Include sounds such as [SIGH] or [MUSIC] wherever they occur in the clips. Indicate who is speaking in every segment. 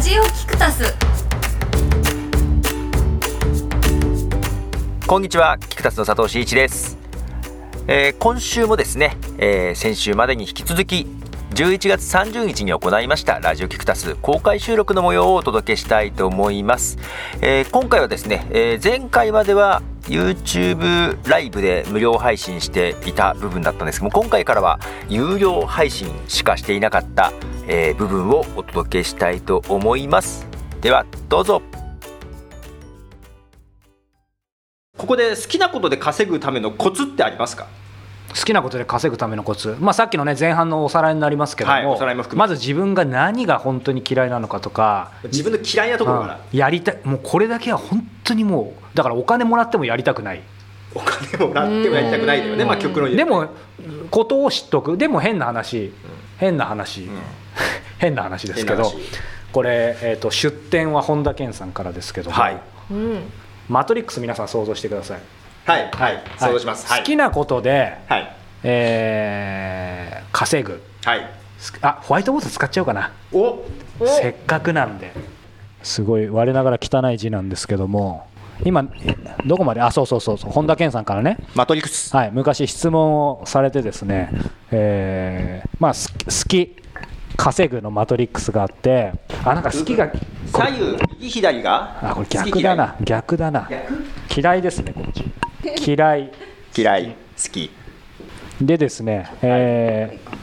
Speaker 1: ジオキクタス
Speaker 2: こんにちは、キクタスの佐藤真一です、えー今週もですね、えー先週までに引き続き11月30日に行いましたラジオキクタス公開収録の模様をお届けしたいと思います、えー今回はですね、えー前回までは YouTube ライブで無料配信していた部分だったんですけども今回からは有料配信しかしていなかった、えー部分をお届けしたいと思いますではどうぞここで好きなことで稼ぐためのコツってありますか
Speaker 3: 好きなことで稼ぐためのコツ、まあ、さっきの、ね、前半のおさらいになりますけども,、
Speaker 2: はいおさらいも含め
Speaker 3: まず自分が何が本当に嫌いなのかとか
Speaker 2: 自分の嫌いなところから
Speaker 3: うんやりたいもうこれだけは本当にもうだからお金もらってもやりたくない
Speaker 2: お金もらってもやりたくないだよねまあ極論言う
Speaker 3: でもことを知っとくでも変な話、変な話、 [LAUGHS] 変な話ですけ
Speaker 2: 変な
Speaker 3: ど
Speaker 2: 話
Speaker 3: これ、えー、と出店は本田健さんからですけども、
Speaker 2: はい
Speaker 1: うん
Speaker 3: マトリックス皆さん想像してください、
Speaker 2: はいはいそうしますは
Speaker 3: 好き
Speaker 2: い
Speaker 3: なことで、
Speaker 2: はい
Speaker 3: えー稼ぐ
Speaker 2: はい
Speaker 3: すあホワイトボード使っちゃおうかな
Speaker 2: お
Speaker 1: お
Speaker 3: せっかくなんですごい我ながら汚い字なんですけども今どこまであそうそうそうそう本田健さんからね、
Speaker 2: マトリックス
Speaker 3: はい、昔質問をされてですね、えーまあ、す好き稼ぐのマトリックスがあってあなんか好きがこ
Speaker 2: 左
Speaker 3: れ
Speaker 2: 右右左が
Speaker 3: あこれ逆だな逆だな嫌いですねこっち嫌い
Speaker 2: 嫌い好き
Speaker 3: でですね、えー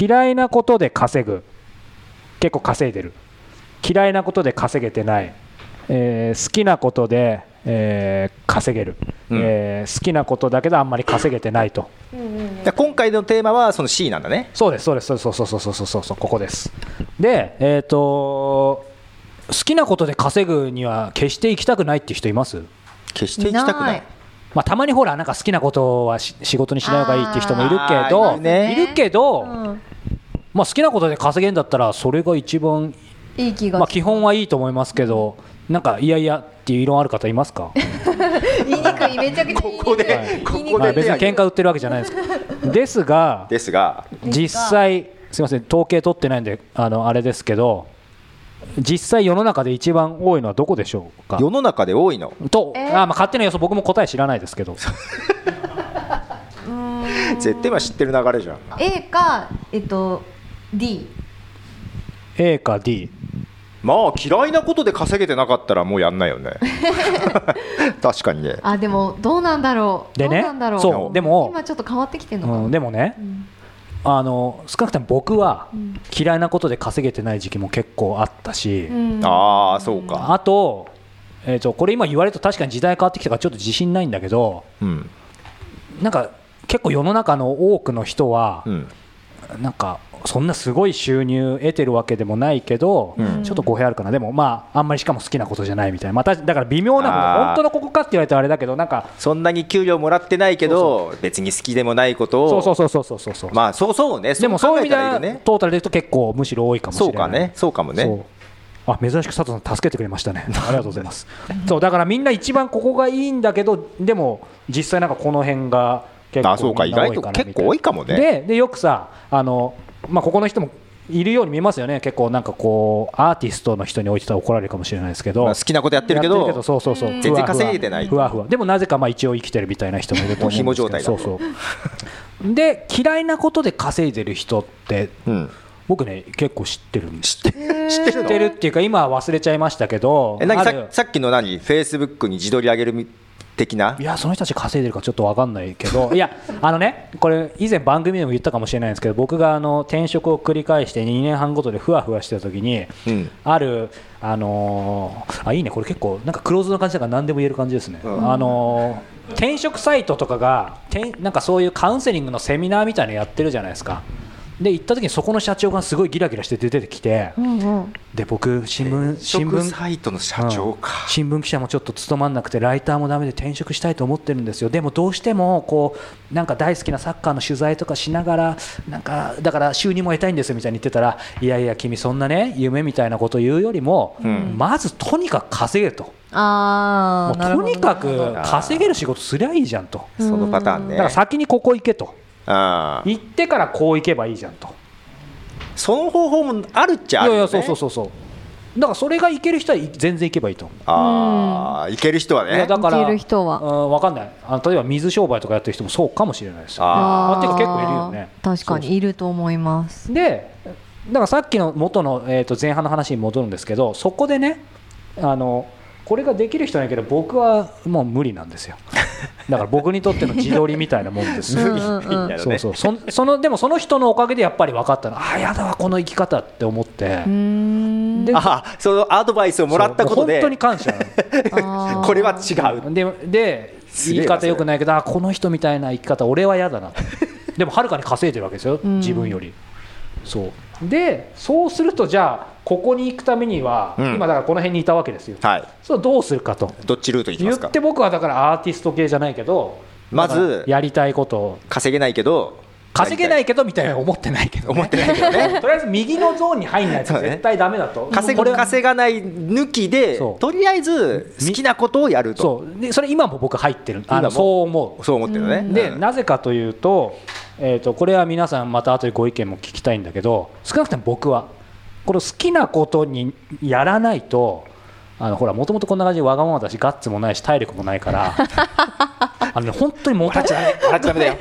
Speaker 3: 嫌いなことで稼ぐ結構稼いでる嫌いなことで稼げてない、えー好きなことで、えー稼げる、
Speaker 2: うん
Speaker 3: えー好きなことだけどあんまり稼げてないと
Speaker 2: だから今回のテーマはその C なんだね
Speaker 3: そうですそうですそうそうそうそうそうそうそうここですでえっ、と好きなことで稼ぐには決して行きたくないっていう人います
Speaker 2: 決して行きたくない
Speaker 3: まあ、たまにほらなんか好きなことはし仕事にしない方がいいっていう人もいるけ
Speaker 2: あー
Speaker 3: ど
Speaker 2: いますね
Speaker 3: いるけど、
Speaker 1: うん
Speaker 3: まあ、好きなことで稼げんだったらそれが一番、
Speaker 1: いい気
Speaker 3: まあ、
Speaker 1: が
Speaker 3: 基本はいいと思いますけどなんかいやいやっていう異論ある方いますか、
Speaker 1: 言いにくいめちゃくちゃ言いにくい
Speaker 2: ここで
Speaker 3: はい
Speaker 2: ここで
Speaker 3: まあ、別に喧嘩売ってるわけじゃないですけどですが
Speaker 2: ですが
Speaker 3: 実際すいません統計取ってないんであのあれですけど実際世の中で一番多いのはどこでしょうか
Speaker 2: 世の中で多いの
Speaker 3: と、
Speaker 1: えー
Speaker 3: あまあ勝手な予想僕も答え知らないですけど
Speaker 2: 絶対今知ってる流れじゃん
Speaker 1: A かえっと D
Speaker 3: A か D
Speaker 2: まあ嫌いなことで稼げてなかったらもうやんないよ
Speaker 3: [LAUGHS]
Speaker 2: ね確かにね
Speaker 1: あでもどうなんだろう
Speaker 3: でね
Speaker 1: どうなんだろう
Speaker 3: そうでも
Speaker 1: 今ちょっと変わってきてるのかな、
Speaker 3: うん、でもね、
Speaker 1: ん
Speaker 3: あの少なくとも僕は
Speaker 1: うん
Speaker 3: 嫌いなことで稼げてない時期も結構あったし、
Speaker 1: うん
Speaker 2: ああそうか
Speaker 3: あと,、えー、とこれ今言われると確かに時代変わってきたからちょっと自信ないんだけど
Speaker 2: うん
Speaker 3: なんか結構世の中の多くの人は
Speaker 2: う、ん
Speaker 3: なんかそんなすごい収入得てるわけでもないけど、
Speaker 2: うん
Speaker 3: ちょっと語弊あるかなでもまああんまりしかも好きなことじゃないみたいなまただから微妙なこと
Speaker 2: あー
Speaker 3: 本当のここかって言われたらあれだけどなんか
Speaker 2: そんなに給料もらってないけど別に好きでもないことを
Speaker 3: そうそうそうそうそうそうそう、
Speaker 2: まあそうそうね
Speaker 3: でもそういう意味で
Speaker 2: 考えたらい
Speaker 3: は
Speaker 2: いよね
Speaker 3: トータルで言うと結構むしろ多いかもし
Speaker 2: そ
Speaker 3: れな
Speaker 2: う
Speaker 3: い
Speaker 2: かねそうかも
Speaker 3: そ
Speaker 2: ね
Speaker 3: うあ珍しく佐藤さん助けてくれ
Speaker 2: [LAUGHS]
Speaker 3: ましたねありがとうございますそうだからみんな一番ここがいいんだけどでも実際なんかこの辺が結構
Speaker 2: あそうか
Speaker 3: み
Speaker 2: 意
Speaker 3: んな
Speaker 2: 外と
Speaker 3: な
Speaker 2: 結構多いかも
Speaker 3: みたい
Speaker 2: ね
Speaker 3: なででよくさあの、まあ、ここの人もいるように見えますよね結構なんかこうアーティストの人に置いてたら怒られるかもしれないですけど、
Speaker 2: まあ好きなことやってるけ
Speaker 3: や
Speaker 2: ど
Speaker 3: ってるけどそうそうそう
Speaker 2: 全然稼げてない
Speaker 3: ふわふわふわふわでもなぜかまあ一応生きてるみたいな人もいると思うんですけど
Speaker 2: もう紐状態だ
Speaker 3: そうそうで嫌いなことで稼いでる人って
Speaker 2: うん
Speaker 3: 僕ね結構知ってるんです
Speaker 2: 知って知ってる
Speaker 3: 知
Speaker 2: の
Speaker 3: ってるっていうか今は忘れちゃいましたけど
Speaker 2: え何
Speaker 3: あ
Speaker 2: さ
Speaker 3: る
Speaker 2: さっきの何フェイスブックに自撮り上げるみ的ない
Speaker 3: やその人たち稼いでるかちょっと分かんないけ
Speaker 2: [LAUGHS]
Speaker 3: どいやあのねこれ以前番組でも言ったかもしれないんですけど僕があの転職を繰り返して2年半ごとでふわふわしてた時に、
Speaker 2: うん
Speaker 3: あるあのーあいいねこれ結構なんかクローズの感じだから何でも言える感じですね、
Speaker 2: うん
Speaker 3: あのー転職サイトとかが転なんかそういうカウンセリングのセミナーみたいなのやってるじゃないですかで行った時にそこの社長がすごいギラギラして出てきて、
Speaker 1: うんうん
Speaker 3: で僕新聞新
Speaker 2: 食
Speaker 3: 聞
Speaker 2: サイトの社長か
Speaker 3: うん新聞記者もちょっと務まんなくてライターもダメで転職したいと思ってるんですよでもどうしてもこうなんか大好きなサッカーの取材とかしながらなんかだから収入も得たいんですみたいに言ってたらいやいや君そんなね夢みたいなこと言うよりも、
Speaker 2: うん
Speaker 3: まずとにかく稼げと、
Speaker 1: あ
Speaker 3: も
Speaker 1: あ
Speaker 3: う
Speaker 1: なるほ
Speaker 3: と
Speaker 1: どね
Speaker 3: にかく稼げる仕事すりゃいいじゃんと、
Speaker 2: そのパターンね
Speaker 3: だから先にここ行けと
Speaker 2: あー
Speaker 3: 行ってからこう行けばいいじゃんと、
Speaker 2: その方法もあるっちゃあ
Speaker 3: い
Speaker 2: る
Speaker 3: やい
Speaker 2: よね
Speaker 3: やそうそうそうそうだからそれがいける人は全然行けばいいと思う
Speaker 2: ああ、いける人はい
Speaker 3: や
Speaker 2: [LAUGHS] ね。
Speaker 3: だから
Speaker 1: いける人は
Speaker 3: うん、わかんないあの例えば水商売とかやってる人もそうかもしれないですよ
Speaker 2: あ
Speaker 3: あてか結構いるよね
Speaker 1: あー確かにいると思います
Speaker 3: でだからさっきの元の、えー、と前半の話に戻るんですけどそこでねあのこれができる人なんやけど僕はもう無理なんです
Speaker 2: [LAUGHS]
Speaker 3: よだから僕にとっての自撮りみたいなもんです
Speaker 1: う
Speaker 3: よ
Speaker 1: んうんうん
Speaker 2: 無理
Speaker 3: そうそうそんそのでもその人のおかげでやっぱり分かったのああやだわこの生き方って思って
Speaker 1: うーん
Speaker 3: [LAUGHS] で
Speaker 2: ああ、そのアドバイスをもらったことで、
Speaker 3: そう本当に感謝なの
Speaker 1: あー
Speaker 2: これは違う。
Speaker 3: でで
Speaker 2: すげえ
Speaker 3: 言
Speaker 2: ない
Speaker 3: 方よくないけどあこの人みたいな生き方俺は嫌だなでもはるかに稼いでるわけですよ
Speaker 1: うん
Speaker 3: 自分より、そうでそうするとじゃあここに行くためには、
Speaker 2: うん
Speaker 3: 今だからこの辺にいたわけですよ、
Speaker 2: はい。
Speaker 3: そうどうするかと
Speaker 2: どっちルートに行き
Speaker 3: 言
Speaker 2: ま
Speaker 3: っ
Speaker 2: すか
Speaker 3: て。僕はだからアーティスト系じゃないけど
Speaker 2: まず
Speaker 3: やりたいことを
Speaker 2: 稼げないけど。。
Speaker 3: 稼げないいけどみたいな思ってないけど、
Speaker 2: 思ってないけど
Speaker 3: [LAUGHS]
Speaker 2: ね。
Speaker 3: とりあえず右のゾーンに入んないと
Speaker 2: そうね
Speaker 3: 絶対ダメだと
Speaker 2: 稼
Speaker 3: これ
Speaker 2: ぐ
Speaker 3: は
Speaker 2: 稼がない抜きで
Speaker 3: そう
Speaker 2: とりあえず好きなことをやると
Speaker 3: そうでそれ今も僕入ってる
Speaker 2: 今
Speaker 3: あ
Speaker 2: も
Speaker 3: のそう思う
Speaker 2: そう思ってるのね
Speaker 1: うん
Speaker 3: で、
Speaker 2: うん
Speaker 3: なぜかというと,、えー、とこれは皆さんまた後でご意見も聞きたいんだけど少なくとも僕はこの好きなことにやらないとあのほらもともとこんな感じでわがままだしガッツもないし体力もないから
Speaker 2: [LAUGHS]
Speaker 3: あの、ね、本当にもたちない
Speaker 2: 笑っちゃダメだよ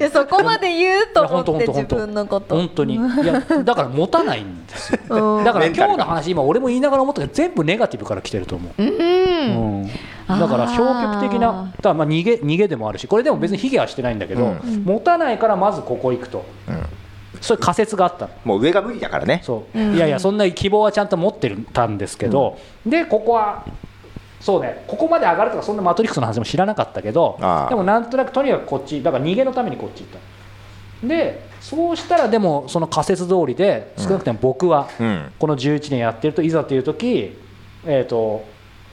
Speaker 1: [LAUGHS] いやそこまで言うと
Speaker 3: い
Speaker 1: 思
Speaker 3: や本当
Speaker 1: って
Speaker 3: 本当
Speaker 1: 自分のこと
Speaker 3: 本当にいやだから持たないんですよ
Speaker 1: うん
Speaker 3: [LAUGHS] だから
Speaker 2: メンタ
Speaker 3: 今
Speaker 2: ルが
Speaker 3: 日の話今俺も言いながら思ったけど全部ネガティブから来てると思
Speaker 1: う
Speaker 3: う
Speaker 1: ん
Speaker 3: うんだから消極的な
Speaker 1: あ
Speaker 3: だからまあ逃げ逃げでもあるしこれでも別に卑下はしてないんだけど、
Speaker 2: うん
Speaker 3: 持たないからまずここ行くと、そういう仮説があったの
Speaker 2: もう上が無理だからね
Speaker 3: そう、
Speaker 1: うん
Speaker 3: いやいやそんな希望はちゃんと持ってたんですけど、でここはそうねここまで上がるとかそんなマトリックスの話も知らなかったけど
Speaker 2: ああ
Speaker 3: でもなんとなくとにかくこっちだから逃げのためにこっち行ったのでそうしたらでもその仮説通りで少なくとも僕は、
Speaker 2: うん
Speaker 3: この11年やってるといざという時えっ、と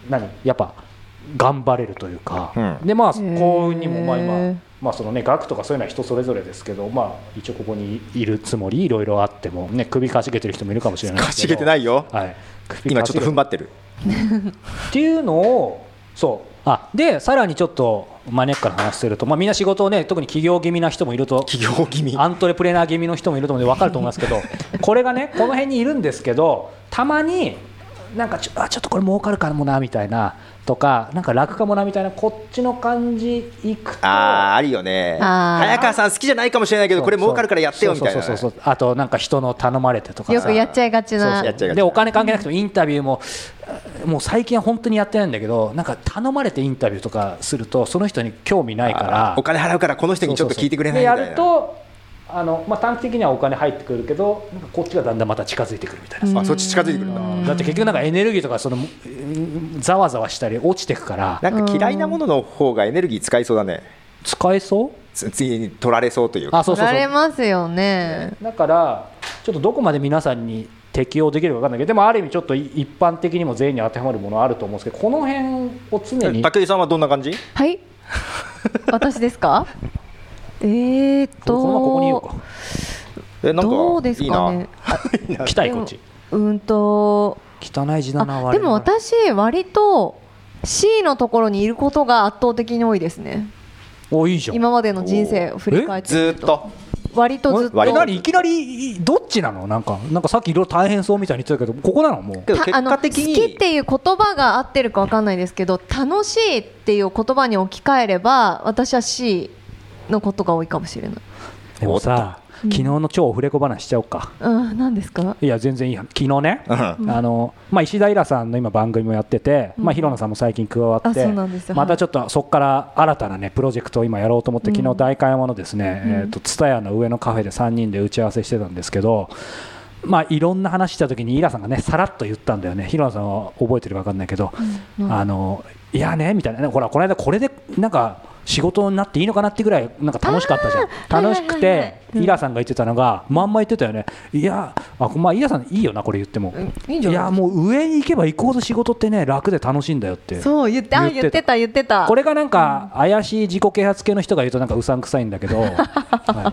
Speaker 3: 何やっぱ頑張れるというか、
Speaker 2: うん
Speaker 3: でまあ
Speaker 1: へー
Speaker 3: 幸運にもまあ今、まあ、そのね額とかそういうのは人それぞれですけど、まあ、一応ここにいるつもりいろいろあっても、ね、首かしげてる人もいるかもしれない、
Speaker 2: かしげてないいよ
Speaker 3: はい、首
Speaker 2: 今ちょっと踏ん張
Speaker 3: っ
Speaker 2: ってる
Speaker 3: っていうのをそうあでさらにちょっとマニアックな話すると、まあ、みんな仕事をね特に企業気味な人もいると
Speaker 2: 企業気味
Speaker 3: アントレプレナー気味の人もいると思うんで分かると思います
Speaker 1: [LAUGHS]
Speaker 3: けどこれがねこの辺にいるんですけどたまになんかちょあちょっとこれ儲かるかもなみたいなとかなんか楽かもなみたいなこっちの感じいくと
Speaker 2: ああーあるよね
Speaker 1: あー
Speaker 2: 早川さん好きじゃないかもしれないけどこれ儲かるからやってよみたいな
Speaker 3: そうそうそうそうあとなんか人の頼まれてとかさ
Speaker 1: よくやっちゃいがちな
Speaker 2: そうやっちゃいがち
Speaker 3: でお金関係なくてもインタビューもあもう最近は本当にやってないんだけどなんか頼まれてインタビューとかするとその人に興味ないから
Speaker 2: あーお金払うからこの人にちょっと聞いてくれないみ
Speaker 3: そう
Speaker 2: た
Speaker 3: そ
Speaker 2: いうな
Speaker 3: そうでやるとあの、まあ、短期的にはお金入ってくるけどなんかこっちがだんだんまた近づいてくるみたいなさ、
Speaker 2: あそっち近づいてくるんだ
Speaker 3: だって結局なんかエネルギーとかそのうんざわざわしたり落ちてくから
Speaker 2: なんか嫌いなものの方がエネルギー使いそうだね
Speaker 3: 使えそう
Speaker 2: つ次に取られそうというか
Speaker 3: あそうそう
Speaker 1: 取ら
Speaker 3: そう
Speaker 1: れますよね
Speaker 3: だからちょっとどこまで皆さんに適用できるか分かんないけどでもある意味ちょっとい一般的にも全員に当てはまるものはあると思うんですけどこの辺を常に
Speaker 2: 武井さんはどんな感じ
Speaker 1: はい
Speaker 3: [LAUGHS]
Speaker 1: 私ですかえーっと
Speaker 3: このままここにいようか
Speaker 2: えなんか
Speaker 1: どうです
Speaker 2: いい
Speaker 1: か
Speaker 2: な
Speaker 1: ね
Speaker 3: 来たい
Speaker 1: で
Speaker 3: こ
Speaker 1: も
Speaker 3: っち
Speaker 1: うんと
Speaker 3: 汚い字だな
Speaker 1: あでも私割と C のところにいることが圧倒的に多いですね
Speaker 3: おいいじゃん
Speaker 1: 今までの人生を振り返って
Speaker 2: ず
Speaker 1: み
Speaker 2: ー
Speaker 1: る
Speaker 2: っと
Speaker 1: 割とずっと
Speaker 2: 割
Speaker 3: え何いきなりどっちなのなんかなんかさっきいろいろ大変そうみたいに言ってたけどここなのもう
Speaker 2: けど結
Speaker 1: たあの
Speaker 2: 果的に
Speaker 1: 好きっていう言葉が合ってるかわかんないですけど楽しいっていう言葉に置き換えれば私は C のことが多いかもしれない。
Speaker 3: でもさ昨日の超オフレコ話しちゃおうか
Speaker 1: うん、何ですか。
Speaker 3: いや全然いいや昨日ね
Speaker 2: うん
Speaker 3: あのまあ、石平さんの今番組もやってて、まあ、広野さんも最近加わっ
Speaker 1: あ
Speaker 3: て、
Speaker 1: そうなんですよ
Speaker 3: またちょっとそこから新たな、ね、プロジェクトを今やろうと思って、昨日代官山のですね、えーと蔦屋の上のカフェで3人で打ち合わせしてたんですけど、まあ、いろんな話した時にイラさんがねさらっと言ったんだよね広野さんは覚えてるか分かんないけど、あのいやねみたいなほらこの間これでなんか仕事になっていいのかなってぐらいなんか楽しかったじゃん楽しく
Speaker 1: はいはいはいは
Speaker 3: て
Speaker 1: いうん
Speaker 3: イラさんが言ってたのがまんま言ってたよねいやあまあイラさんいいよなこれ言っても
Speaker 1: いいんじゃない
Speaker 3: やもう上に行けば行くほど仕事ってね楽で楽しいんだよって
Speaker 1: そう、言って、あ、
Speaker 3: 言
Speaker 1: 言
Speaker 3: っ
Speaker 1: ってて
Speaker 3: た
Speaker 1: た、言ってた。
Speaker 3: これがなんか怪しい自己啓発系の人が言うとなんかうさんくさいんだけど、 [LAUGHS] は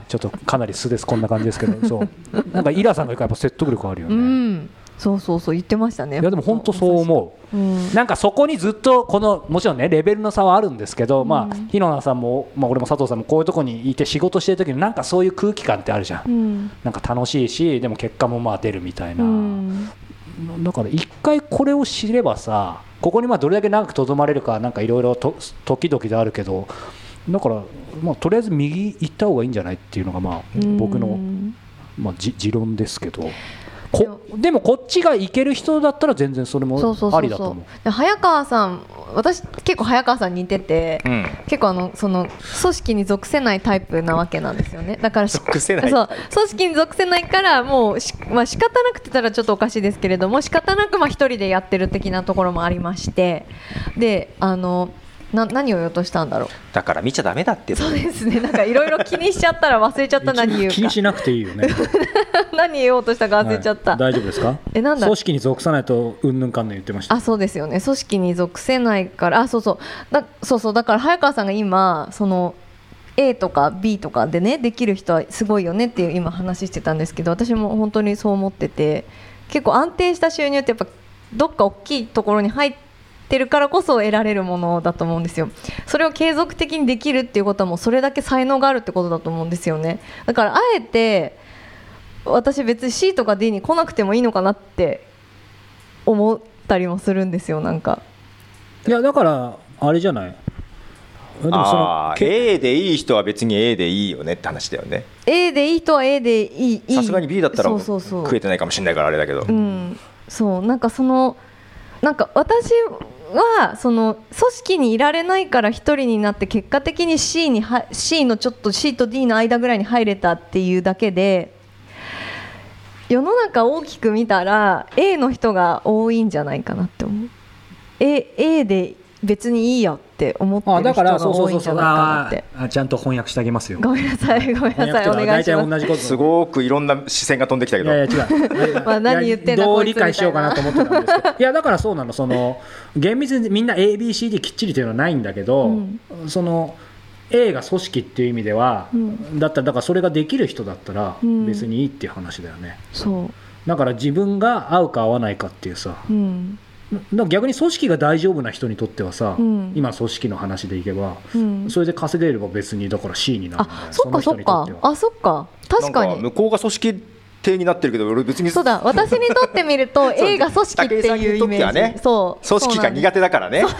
Speaker 3: い、ちょっとかなり素ですこんな感じですけどそうなんかイラさんが言うからやっぱ説得力あるよ
Speaker 1: う
Speaker 3: ね、
Speaker 1: ん、そうそうそう、言ってましたね。
Speaker 3: いやでも本当そう思う
Speaker 1: うん。
Speaker 3: なんかそこにずっとこのもちろんねレベルの差はあるんですけど、まあ日野さんも、まあ、俺も佐藤さんもこういうとこにいて仕事してる時になんかそういう空気感ってあるじゃ
Speaker 1: う
Speaker 3: ん、
Speaker 1: ん。
Speaker 3: なんか楽しいしでも結果もまあ出るみたいな、
Speaker 1: うん。
Speaker 4: だから一回これを知ればさここにまあどれだけ長くとどまれるかなんかいろいろと時々であるけどだから、まあ、とりあえず右行った方がいいんじゃないっていうのが、まあ、僕の、まあ、じ持論ですけどこでもこっちが行ける人だったら全然それも
Speaker 1: そうそう
Speaker 4: あ
Speaker 1: そ
Speaker 4: り
Speaker 1: う
Speaker 4: だと
Speaker 1: そ
Speaker 4: 思う。
Speaker 1: うで早川さん私結構早川さんに似てて、
Speaker 5: うん
Speaker 1: 結構あのその組織に属せないタイプなわけなんですよねだからし
Speaker 2: 属せない
Speaker 1: そう組織に属せないからもうし、まあ仕方なくって言ったらちょっとおかしいですけれども仕方なくまあ一人でやってる的なところもありましてであのな何を言おうとしたんだろう
Speaker 3: [LAUGHS]
Speaker 5: だから見ちゃダメだって
Speaker 1: そうですねなんかいろいろ気にしちゃったら忘れちゃった何言う
Speaker 3: 気に
Speaker 1: か
Speaker 3: しなくていいよね
Speaker 1: [LAUGHS] 何言おうとしたか忘れちゃった、
Speaker 3: はい大丈夫ですか
Speaker 1: えなんだ
Speaker 3: 組織に属さないとうんぬんかんぬん言ってました
Speaker 1: あそうですよね組織に属せないからあそうそうだそうそうだから早川さんが今その A とか B とかでねできる人はすごいよねっていう今話してたんですけど私も本当にそう思ってて結構安定した収入ってやっぱどっか大きいところに入ってるからこそ得られるものだと思うんですよそれを継続的にできるっていうことはもうそれだけ才能があるってことだと思うんですよねだからあえて私別に C とか D に来なくてもいいのかなって思ったりもするんですよなんか
Speaker 3: いやだからあれじゃないでもその
Speaker 2: あー
Speaker 3: け
Speaker 2: A でいい人は別に A でいいよねって話だよね
Speaker 1: A でいいとは A でいいいい
Speaker 2: さすがに B だったら
Speaker 1: そうそうそう
Speaker 2: 食えてないかもしれないからあれだけど、
Speaker 1: うんそうなんかそのなんか私はその組織にいられないから一人になって結果的に C には C のちょっと C と D の間ぐらいに入れたっていうだけで世の中大きく見たら A の人が多いんじゃないかなって思う A, A で別にいいやって思って
Speaker 3: あ
Speaker 1: る
Speaker 3: だ
Speaker 1: 人
Speaker 3: から
Speaker 1: が
Speaker 3: そうそ
Speaker 1: 多
Speaker 3: う
Speaker 1: いん
Speaker 3: そう
Speaker 1: じ
Speaker 3: そ
Speaker 1: ゃ
Speaker 3: う
Speaker 1: ないかなって
Speaker 3: あーあちゃんと翻訳してあげますよ
Speaker 1: ごめんなさいごめんなさいお
Speaker 3: 翻訳
Speaker 1: 願い
Speaker 3: って
Speaker 1: します
Speaker 3: のは大体同じこと
Speaker 2: すごくいろんな視線が飛んできたけ
Speaker 3: い
Speaker 2: ど
Speaker 3: やいや違
Speaker 1: [LAUGHS]
Speaker 3: う
Speaker 1: まあ何言ってんだ
Speaker 3: いやど
Speaker 1: こ
Speaker 3: う
Speaker 1: いつ
Speaker 3: 理解しようかなと思ってたんですけどいやだからそうなのその厳密にみんな ABCD きっちりというのはないんだけど、
Speaker 1: うん
Speaker 3: その A が組織っていう意味では、
Speaker 1: うん
Speaker 3: だったらだからそれができる人だったら
Speaker 1: うん
Speaker 3: 別にいいっていう話だよね、
Speaker 1: そ
Speaker 3: だから自分が合うか合わないかっていうさ
Speaker 1: ううん
Speaker 3: だから逆に組織が大丈夫な人にとってはさ、
Speaker 1: うん
Speaker 3: 今組織の話でいけば、
Speaker 1: うん
Speaker 3: それで稼げれば別にだから C になるんだよ
Speaker 1: あそっか
Speaker 3: の人
Speaker 1: そっ
Speaker 3: にと
Speaker 1: か
Speaker 3: ては
Speaker 1: あそっか確か
Speaker 2: なん
Speaker 1: に
Speaker 2: 向こうが組織体になってるけど俺別に
Speaker 1: そうだ私にとってみる
Speaker 2: [LAUGHS]
Speaker 1: と A が組織って
Speaker 2: 武井さん
Speaker 1: いう
Speaker 2: にと
Speaker 1: イ
Speaker 2: っ
Speaker 1: メ
Speaker 2: て
Speaker 1: ー
Speaker 2: は
Speaker 1: ジ、
Speaker 2: ね
Speaker 1: そう
Speaker 2: 組織が苦手だからね
Speaker 1: そうな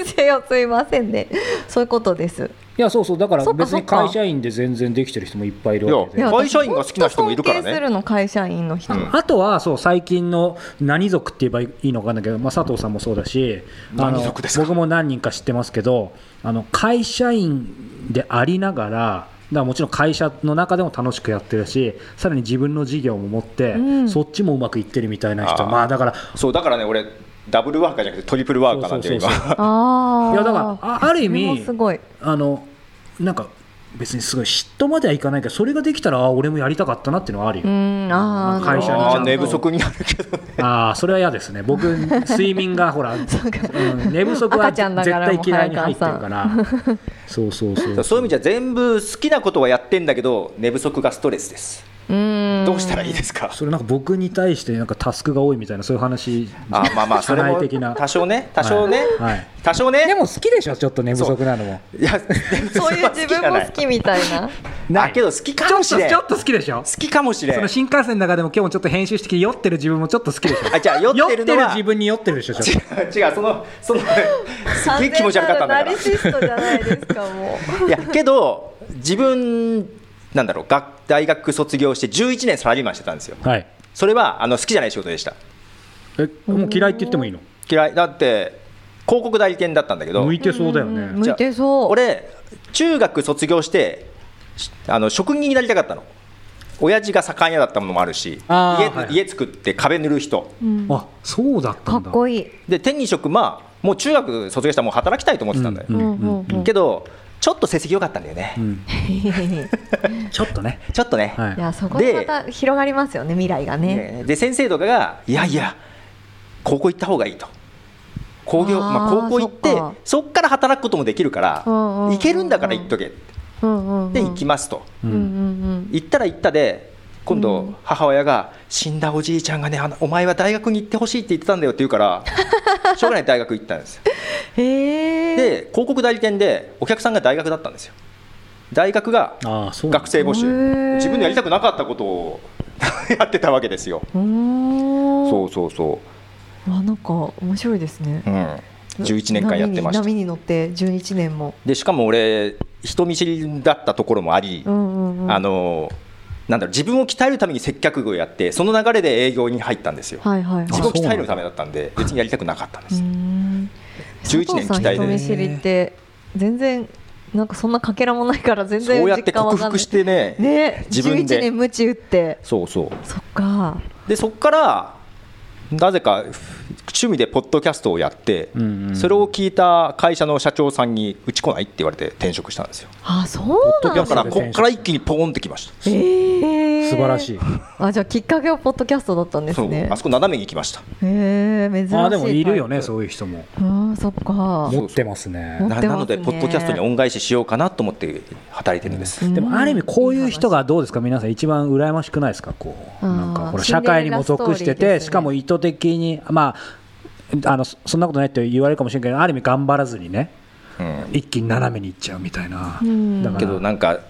Speaker 1: んです [LAUGHS] よすいませんねそういうことです
Speaker 3: いやそうそうだから
Speaker 1: そっか
Speaker 3: 別
Speaker 1: そっか
Speaker 3: に会社員で全然できてる人もいっぱいいるわけ
Speaker 2: い
Speaker 3: で
Speaker 2: や。会社員が好きな人もいるからね
Speaker 1: 私本当尊敬するの会社員の人、
Speaker 2: うん
Speaker 3: あとはそう最近の何族って言えばいいのかわかんないけど、まあ、佐藤さんもそうだしあの
Speaker 2: 何族ですか
Speaker 3: 僕も何人か知ってますけどあの会社員でありながらだからもちろん会社の中でも楽しくやってるしさらに自分の事業も持って、
Speaker 1: うん
Speaker 3: そっちもうまくいってるみたいな人
Speaker 2: あー
Speaker 3: まあだから
Speaker 2: そうだからね俺ダブルワーカーじゃなくてトリプルワーカーなんだよ
Speaker 3: そうそうそう
Speaker 1: あ
Speaker 2: 今
Speaker 1: あー
Speaker 3: いやだからあある意味
Speaker 1: それもすごい
Speaker 3: あのなんか別にすごい嫉妬まではいかないけどそれができたらあー俺もやりたかったなっていうのはあるよ。
Speaker 1: うんあー
Speaker 3: 会社に
Speaker 1: なるほ
Speaker 2: あ
Speaker 1: ど
Speaker 2: あ寝不足になるけどね
Speaker 3: ああそれは嫌ですね僕睡眠
Speaker 1: [LAUGHS]
Speaker 3: がほら、うん寝不足は
Speaker 1: 赤ちゃんだ
Speaker 3: 絶
Speaker 1: から
Speaker 3: 対
Speaker 1: もう
Speaker 3: 嫌いに入ってるからそうそうそ
Speaker 2: [LAUGHS]
Speaker 3: う
Speaker 2: そういう意味じゃ全部好きなことはやってんだけど寝不足がストレスです
Speaker 1: うん
Speaker 2: どうしたらいいですか
Speaker 3: それなんか僕に対してなんかタスクが多いみたいなそういう話
Speaker 2: あまあまあそれ
Speaker 3: [LAUGHS] 社
Speaker 2: も
Speaker 3: 内的な
Speaker 2: 多少ね多少ね
Speaker 3: はいはい
Speaker 2: 多少ね
Speaker 3: でも好きでしょちょっと寝不足なのも
Speaker 2: い
Speaker 3: [LAUGHS]
Speaker 2: や
Speaker 1: そういう自分も好きみたいな
Speaker 2: だけど好きかもしれん
Speaker 3: ちょっ
Speaker 2: 好
Speaker 3: と好きでしょ
Speaker 2: きかもしれ
Speaker 3: そ
Speaker 2: ん
Speaker 3: の新幹線の中でも今日もちょっと編集してきて酔ってる自分もちょっと好きでしょ
Speaker 2: あじゃあ酔ってるのは
Speaker 3: 自分に酔ってるでしょちょっ
Speaker 2: [LAUGHS] 違う違うそのそのすっげえ気持ち悪かったん
Speaker 1: 完全なるナ
Speaker 2: だから
Speaker 1: リシストじゃないですかも
Speaker 2: いやけど自分なんだろう学大学卒業して11年サラリーマンしてたんですよ [LAUGHS]
Speaker 3: とはい
Speaker 2: それはあの好きじゃない仕事でした
Speaker 3: えもう嫌いって言ってもいいの
Speaker 2: 嫌いだって広告代理店だったんだけど
Speaker 3: 向いてそうだよ
Speaker 1: う、
Speaker 3: ね、
Speaker 1: うん、向いてそう
Speaker 2: 俺中学卒業してしあの職人になりたかったの親父が左官屋だったものもあるし
Speaker 3: あー
Speaker 2: 家,、
Speaker 3: はい
Speaker 2: 家作って壁塗る人
Speaker 1: うん
Speaker 3: あそうだった
Speaker 1: か
Speaker 3: ん
Speaker 1: っ
Speaker 3: だ
Speaker 1: こいい、
Speaker 2: で手に職まあもう中学卒業したらもう働きたいと思ってたんだよ、
Speaker 3: うん
Speaker 1: うんうん、
Speaker 2: けどちょっと成績良かったんだよね、
Speaker 3: うん
Speaker 1: [LAUGHS]
Speaker 3: ちょっとね
Speaker 2: ちょっとね、
Speaker 3: はい
Speaker 1: いやそこでまた広がりますよね未来がね。
Speaker 2: ねで先生とかがいやいや高校行った方がいいと工業
Speaker 1: あー
Speaker 2: まあ、高校行って
Speaker 1: そ
Speaker 2: そ
Speaker 1: っ
Speaker 2: っ
Speaker 1: か
Speaker 2: から働くこともできるから、
Speaker 1: うんうんうん
Speaker 2: 行けるんだから行っとけ
Speaker 1: うんうんうん
Speaker 2: で行きますと、
Speaker 3: う
Speaker 1: うんうんん
Speaker 2: 行ったら行ったで今
Speaker 1: う
Speaker 2: 度
Speaker 1: ん
Speaker 2: 母親が死んだおじいちゃんがねあのお前は大学に行ってほしいって言ってたんだよって言うからしょうがない大学行ったんですよ
Speaker 1: うん。へえ。
Speaker 2: で広告代理店でお客さんが大学だったんですよ大学が
Speaker 3: ああそうなんだ
Speaker 2: 学生募集
Speaker 1: へー
Speaker 2: 自分のやりたくなかったことをやってたわけですよ
Speaker 1: うーん、
Speaker 2: そうそうそ
Speaker 1: わなんか面白いですね
Speaker 2: う、うん、11年間やってました
Speaker 1: 波に波に乗って11年も、
Speaker 2: でしかも俺人見知りだったところもあり、
Speaker 1: うんうんうん、
Speaker 2: あのなんだろう自分を鍛えるために接客業をやってその流れで営業に入ったんですよ、
Speaker 1: はいはいはい
Speaker 2: 自分を鍛えるためだったんで別にやりたくなかったんです、
Speaker 1: 11年期
Speaker 2: 11年期
Speaker 1: 待
Speaker 2: 待
Speaker 1: で
Speaker 2: で
Speaker 1: 人見知りって全然なんかそんなかけらもないから全
Speaker 2: そ
Speaker 1: 然
Speaker 2: うやっ
Speaker 1: 実
Speaker 2: て
Speaker 1: 感わ
Speaker 2: 克
Speaker 1: かんな
Speaker 2: 服
Speaker 1: い
Speaker 2: してね
Speaker 1: ね
Speaker 2: 自分
Speaker 1: 11
Speaker 2: で
Speaker 1: 年鞭打って
Speaker 2: そうそう
Speaker 1: そっか
Speaker 2: でそこからなぜか趣味でポッドキャストをやって、
Speaker 3: んうん
Speaker 2: それを聞いた会社の社長さんにうち来ないって言われて転職したんですよ
Speaker 1: あそうなん
Speaker 2: だから
Speaker 1: だ
Speaker 2: こっから一気にポーンってきました
Speaker 1: えー
Speaker 3: 素晴らしい
Speaker 1: あじゃあきっかけはポッドキャストだったんです
Speaker 2: そう
Speaker 1: ね
Speaker 2: あそこ斜めに行きました
Speaker 1: えー、珍しい
Speaker 3: あでもいるよ
Speaker 1: タ
Speaker 3: ね
Speaker 1: イプ
Speaker 3: そういう人も
Speaker 1: うんそっか
Speaker 3: 持ってますね
Speaker 1: 持ってますね
Speaker 2: ななのでポッドキャストに恩返ししようかなと思って働いてるんです、
Speaker 1: うん
Speaker 3: でもある意味こういう人がどうですか皆さん一番羨ましくないですかこう
Speaker 1: あー
Speaker 3: なんかほら
Speaker 1: シンデレラ
Speaker 3: 社会にも属して
Speaker 1: ストーリーで
Speaker 3: て
Speaker 1: すね
Speaker 3: しかも意図的にまああのそそんなことないって言われるかもしれないけどある意味頑張らずにね
Speaker 2: うん
Speaker 3: 一気に斜めにいっちゃうみたいな
Speaker 1: うん
Speaker 3: だから
Speaker 2: けどなんか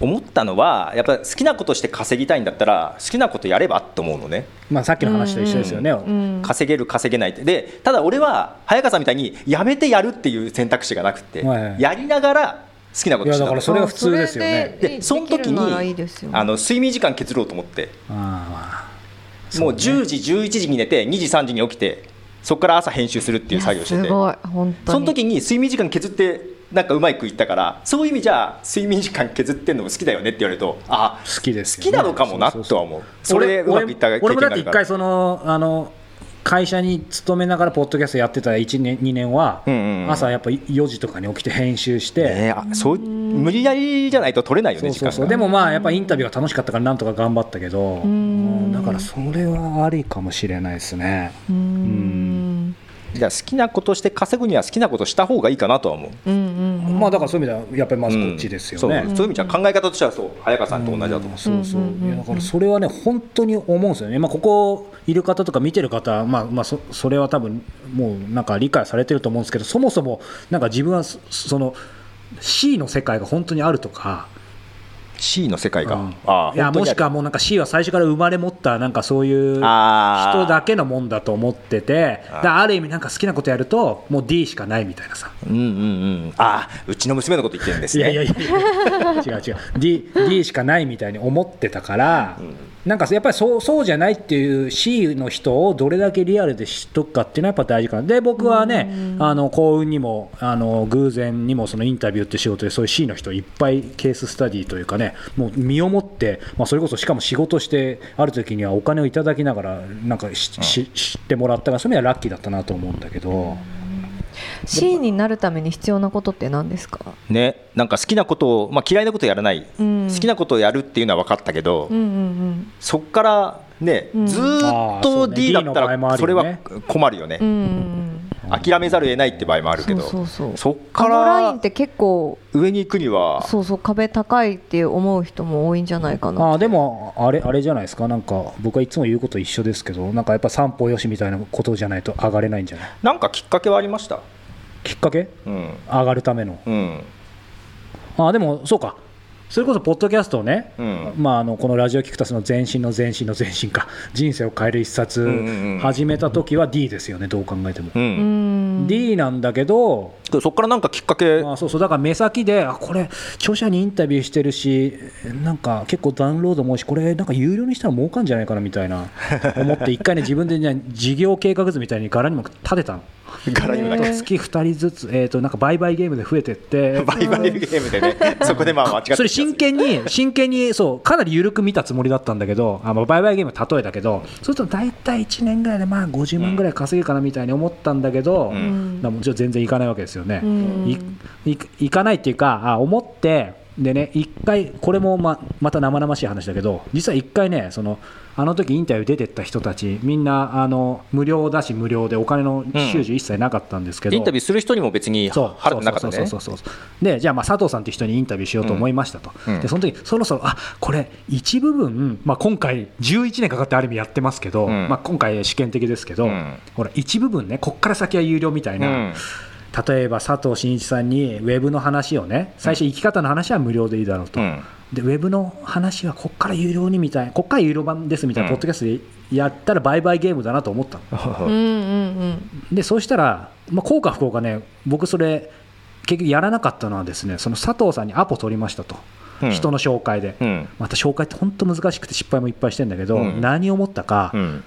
Speaker 2: 思ったのはやっぱ好きなことして稼ぎたいんだったら好きなことやればと思うのね
Speaker 3: まあさっきの話と一緒ですよね
Speaker 1: うん
Speaker 2: 稼げる稼げないってでただ俺は早川さんみたいにやめてやるっていう選択肢がなくて、
Speaker 3: はい
Speaker 2: やりながら好きなことして
Speaker 3: いやだ
Speaker 2: た
Speaker 3: からそれが普通ですよね
Speaker 1: あ
Speaker 2: でその時
Speaker 1: できるならい
Speaker 2: に
Speaker 1: いですよ
Speaker 2: あの睡眠時間削ろうと思って
Speaker 3: あ
Speaker 2: もう10時11時に寝て2時3時に起きてそこから朝編集するっていう作業して
Speaker 1: や
Speaker 2: て
Speaker 1: すごい本当に
Speaker 2: その時に睡眠時間削ってなんかうまいくいったからそういう意味じゃ睡眠時間削ってんのも好きだよねって言われるとあ
Speaker 3: ー好きです
Speaker 2: 好
Speaker 3: よ
Speaker 2: き
Speaker 3: ね
Speaker 2: なのかもなとは思うそれうまくいった経験
Speaker 3: 俺も
Speaker 2: が
Speaker 3: だ
Speaker 2: あ
Speaker 3: って
Speaker 2: る
Speaker 3: 一
Speaker 2: か
Speaker 3: 回
Speaker 2: ら
Speaker 3: そのあの会社に勤めながらポッドキャストやってた1年2年は、
Speaker 2: うんうんうん
Speaker 3: 朝やっぱ4時とかに起きて編集して、
Speaker 2: ねえあそう無理やりじゃないと取れないよ
Speaker 3: そ
Speaker 2: ね
Speaker 3: う
Speaker 2: 時
Speaker 3: そ
Speaker 2: 間
Speaker 3: うそう
Speaker 2: が
Speaker 3: でもまあやっぱインタビューが楽しかったからなんとか頑張ったけど
Speaker 1: ん
Speaker 3: うんだからそれはありかもしれないですね
Speaker 1: うーん
Speaker 2: じゃあ好きなことして稼ぐには好きなことした方がいいかなとは思う
Speaker 1: うんうん
Speaker 3: まあだからそういう意味ではやっぱりまずこっちですよ
Speaker 2: うん
Speaker 3: ね
Speaker 2: そうそういう意味じゃ考え方としてはそう早川さんと同じだと思う
Speaker 3: そうそう
Speaker 1: うんうんうんうん
Speaker 3: いやだからそれはね本当に思うんですよねまあここいる方とか見てる方まあまあそそれは多分もうなんか理解されてると思うんですけどそもそもなんか自分はそその C の世界が本当にあるとか
Speaker 2: C の世界が、
Speaker 3: うん
Speaker 2: ああ
Speaker 3: いや
Speaker 2: 本当
Speaker 3: も
Speaker 2: に
Speaker 3: しくはもうなんか C は最初から生まれ持ったなんかそういう
Speaker 2: あー
Speaker 3: 人だけのもんだと思っててだからある意味なんか好きなことやるともう D しかないみたいなさ
Speaker 2: うんうんうんああうちの娘のこと言ってるんです
Speaker 3: い
Speaker 2: ね
Speaker 3: やいやいやいや違う違う D, D しかないみたいに思ってたから、なんかやっぱりそうそうじゃないっていう C の人をどれだけリアルで知っとくかっていうのはやっぱ大事かなで僕はね、あの幸運にもあの偶然にもそのインタビューって仕事でそういう C の人いっぱいケーススタディというかねもう身をもって、まあ、それこそしかも仕事してある時にはお金をいただきながらなんかし、し知ってもらったからそういう意味ではラッキーだったなと思うんだけど。
Speaker 1: C になるために必要なことって何ですか
Speaker 2: ねなんか好きなことを、まあ、嫌いなことやらない、
Speaker 1: うん
Speaker 2: 好きなことをやるっていうのは分かったけど、
Speaker 1: うんうん
Speaker 2: そこからね、
Speaker 1: ん
Speaker 2: ずーっと
Speaker 3: ああそうね
Speaker 2: D だっ
Speaker 3: D の
Speaker 2: た
Speaker 3: 場合もあ
Speaker 2: ら
Speaker 3: る
Speaker 2: それ
Speaker 3: よ
Speaker 2: は
Speaker 3: ね
Speaker 2: 困るよね
Speaker 1: うんうんうん
Speaker 2: 諦めざるを得ないって場合もあるけど
Speaker 1: そうそうそう
Speaker 2: そっ
Speaker 1: あ
Speaker 2: か
Speaker 1: のラインっ
Speaker 2: ら
Speaker 1: て結構
Speaker 2: 上に行くには
Speaker 1: そうそう壁高いって思う人も多いんじゃないかな
Speaker 3: あーでもあれあれじゃないですかなんか僕はいつも言うこと一緒ですけどなんかやっぱ三歩よしみたいなことじゃないと上がれないんじゃない
Speaker 2: なんかきっかけはありました
Speaker 3: きっかけ
Speaker 2: うん
Speaker 3: 上がるための
Speaker 2: うん
Speaker 3: あーでもそうかそれこそポッドキャストをね、
Speaker 2: うん
Speaker 3: まあ、あのこのラジオキクタスの前身の前身の前身か人生を変える一冊
Speaker 2: んうんうん
Speaker 3: 始めた時は D ですよねどう考えても
Speaker 2: う、
Speaker 1: うんん
Speaker 3: D なんだけど
Speaker 2: けどそっからなんかきっかけ
Speaker 3: あそうそうだから目先であこれ著者にインタビューしてるしなんか結構ダウンロードも多いしこれなんか有料にしたら儲かんじゃないかなみたいな思って一回ね自分でね事業計画図みたいに柄にも立てたの
Speaker 2: 柄にもな
Speaker 1: へ
Speaker 2: ん
Speaker 1: ー
Speaker 2: か
Speaker 3: 月2人ずつ、えー、となんか売買ゲームで増えてって
Speaker 2: [LAUGHS] バイバイゲームでねそこでまあ間違って
Speaker 3: それ真剣に真剣にそうかなり緩く見たつもりだったんだけどあ、まあ、売買ゲームは例えだけどそうすると大体1年ぐらいでまあ50万ぐらい稼げるかなみたいに思ったんだけど、
Speaker 2: うん
Speaker 3: だからもちろん全然いかないわけですよね。
Speaker 1: うん
Speaker 3: いいいかないっていうかあ思ってでね一回これもままた生々しい話だけど実は一回ねそのあの時インタビュー出てった人たちみんなあの無料だし無料でお金の収受一切なかったんですけど、
Speaker 2: インタビューする人にも別に
Speaker 3: そう
Speaker 2: 腹くなかった
Speaker 3: そう
Speaker 2: ね
Speaker 3: そうそうそうそうでじゃあまあ佐藤さんって人にインタビューしようと思いましたと、
Speaker 2: うんうん
Speaker 3: でその時そろそろあこれ一部分、まあ、今回11年かかってある意味やってますけど、
Speaker 2: うん
Speaker 3: まあ、今回試験的ですけど、
Speaker 2: うん
Speaker 3: ほら一部分ねこっから先は有料みたいな、
Speaker 2: うん
Speaker 3: 例えば佐藤真一さんにウェブの話をね最初生き方の話は無料でいいだろうと、
Speaker 2: うん
Speaker 3: でウェブの話はこっから有料にみたいなこっから有料版ですみたいな、
Speaker 2: うん
Speaker 3: ポッドキャストでやったら売買ゲームだなと思ったの
Speaker 1: うんうん
Speaker 3: でそうしたら、まあ、効果不効かね僕それ結局やらなかったのはですねその佐藤さんにアポ取りましたと、
Speaker 2: うん
Speaker 3: 人の紹介で、
Speaker 2: うん
Speaker 3: また紹介って本当難しくて失敗もいっぱいしてんだけど、
Speaker 2: うん
Speaker 3: 何を思ったか、
Speaker 2: うん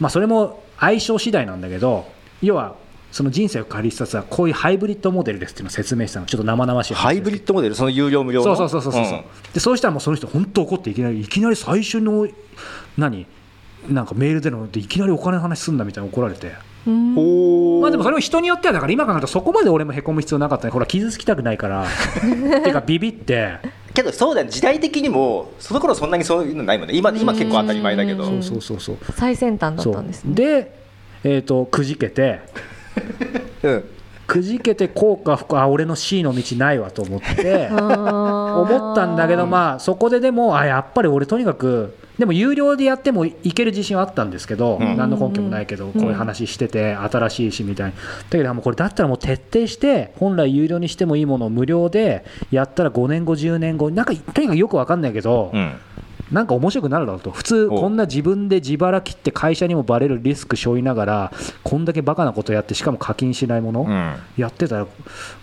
Speaker 3: まあ、それも相性次第なんだけど要はその人生を借りつつはこういうハイブリッドモデルですっていうのを説明したのちょっと生々しい話です
Speaker 2: ハイブリッドモデルその有料無料
Speaker 3: そ
Speaker 2: の
Speaker 3: うそうそうそうそう、でそうしたらもうその人本当怒っていきなりいきなり最初の何なんかメールでのでいきなりお金の話すんだみたいな怒られて
Speaker 1: うん
Speaker 2: うん
Speaker 1: うん
Speaker 2: おー
Speaker 3: まあでもそれも人によってはだから今考えるとそこまで俺もへこむ必要なかったねほら傷つきたくないから
Speaker 2: [LAUGHS]
Speaker 3: てかビビって
Speaker 2: けどそうだよ時代的にもその頃そんなにそういうのないもんね今今結構当たり前だけど
Speaker 1: うん
Speaker 3: そうそうそう
Speaker 1: 最先端だ
Speaker 3: そ
Speaker 1: っ
Speaker 3: う
Speaker 1: たんですね
Speaker 3: でえっ、とくじけて
Speaker 2: うん
Speaker 3: くじけて効果不効あ俺の C の道ないわと
Speaker 1: [LAUGHS]
Speaker 3: 思って思
Speaker 1: 思
Speaker 3: ったんだけど、まあ、そこででもあやっぱり俺とにかくでも有料でやってもいける自信はあったんですけど、
Speaker 2: うん
Speaker 3: 何の根拠もないけど、こういう話してて新しいしみたいにだけどもうこれだったらもう徹底して本来有料にしてもいいものを無料でやったら5年後10年後なんかとにかくよくわかんないけど、
Speaker 2: うん
Speaker 3: なんか面白くなるだろうと普通
Speaker 2: お
Speaker 3: こんな自分で自腹切って会社にもバレるリスク背負いながらこんだけバカなことやってしかも課金しないもの、
Speaker 2: うん
Speaker 3: やってたら、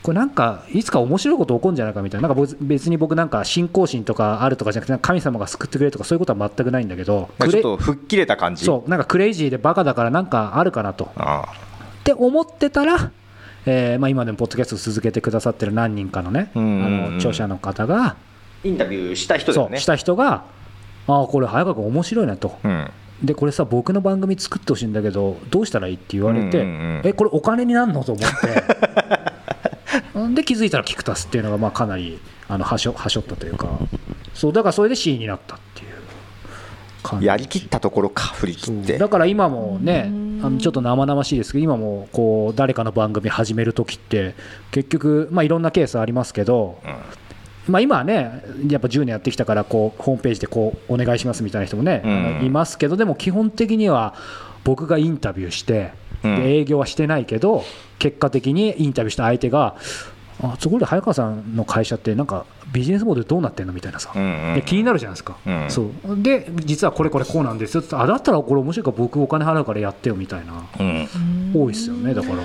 Speaker 3: これなんか、いつか面白いこと起こるんじゃないかみたいな、なんか僕別に僕なんか信仰心とかあるとかじゃなくて、なんか神様が救ってくれるとか、そういうことは全くないんだけど、
Speaker 2: まあ
Speaker 3: ク
Speaker 2: ちょ
Speaker 3: レ
Speaker 2: っと吹っ切れた感じ
Speaker 3: そうなんかクレイジーでバカだから、なんかあるかなと。
Speaker 2: あ
Speaker 3: って思ってたら、えーまあ、今でもポッドキャスト続けてくださってる何人かのね、あ
Speaker 2: うんうんうん
Speaker 3: の著者の方が、
Speaker 2: あインタビューした人だ
Speaker 3: そ
Speaker 2: よ
Speaker 3: う
Speaker 2: ね
Speaker 3: した人が、ああ、これ、早川君、面白いなと。
Speaker 2: うん
Speaker 3: でこれさ僕の番組作ってほしいんだけどどうしたらいいって言われて、
Speaker 2: うんうんうん
Speaker 3: えこれお金になるのと思っ
Speaker 2: [LAUGHS]
Speaker 3: てで気づいたらキクタスっていうのがまあかなりあのはしょはしょったというかそうだからそれで C になったっていう感じ
Speaker 2: やりきったところか振り切って
Speaker 3: だから今もね
Speaker 1: うん
Speaker 3: あのちょっと生々しいですけど今もこう誰かの番組始める時って結局まあいろんなケースありますけど、まあ、今はねやっぱ10年やってきたからこうホームページでこうお願いしますみたいな人もね、
Speaker 2: うん
Speaker 3: あのいますけどでも基本的には僕がインタビューして、
Speaker 2: うん
Speaker 3: で営業はしてないけど結果的にインタビューした相手があそこで早川さんの会社ってなんかビジネスモデルどうなってんのみたいなさ、
Speaker 2: うんうん
Speaker 3: で気になるじゃないですか、
Speaker 2: うん
Speaker 3: そうで実はこれこれこうなんですよってあだったらこれ面白いから僕お金払うからやってよみたいな
Speaker 2: うん
Speaker 3: 多いですよねだから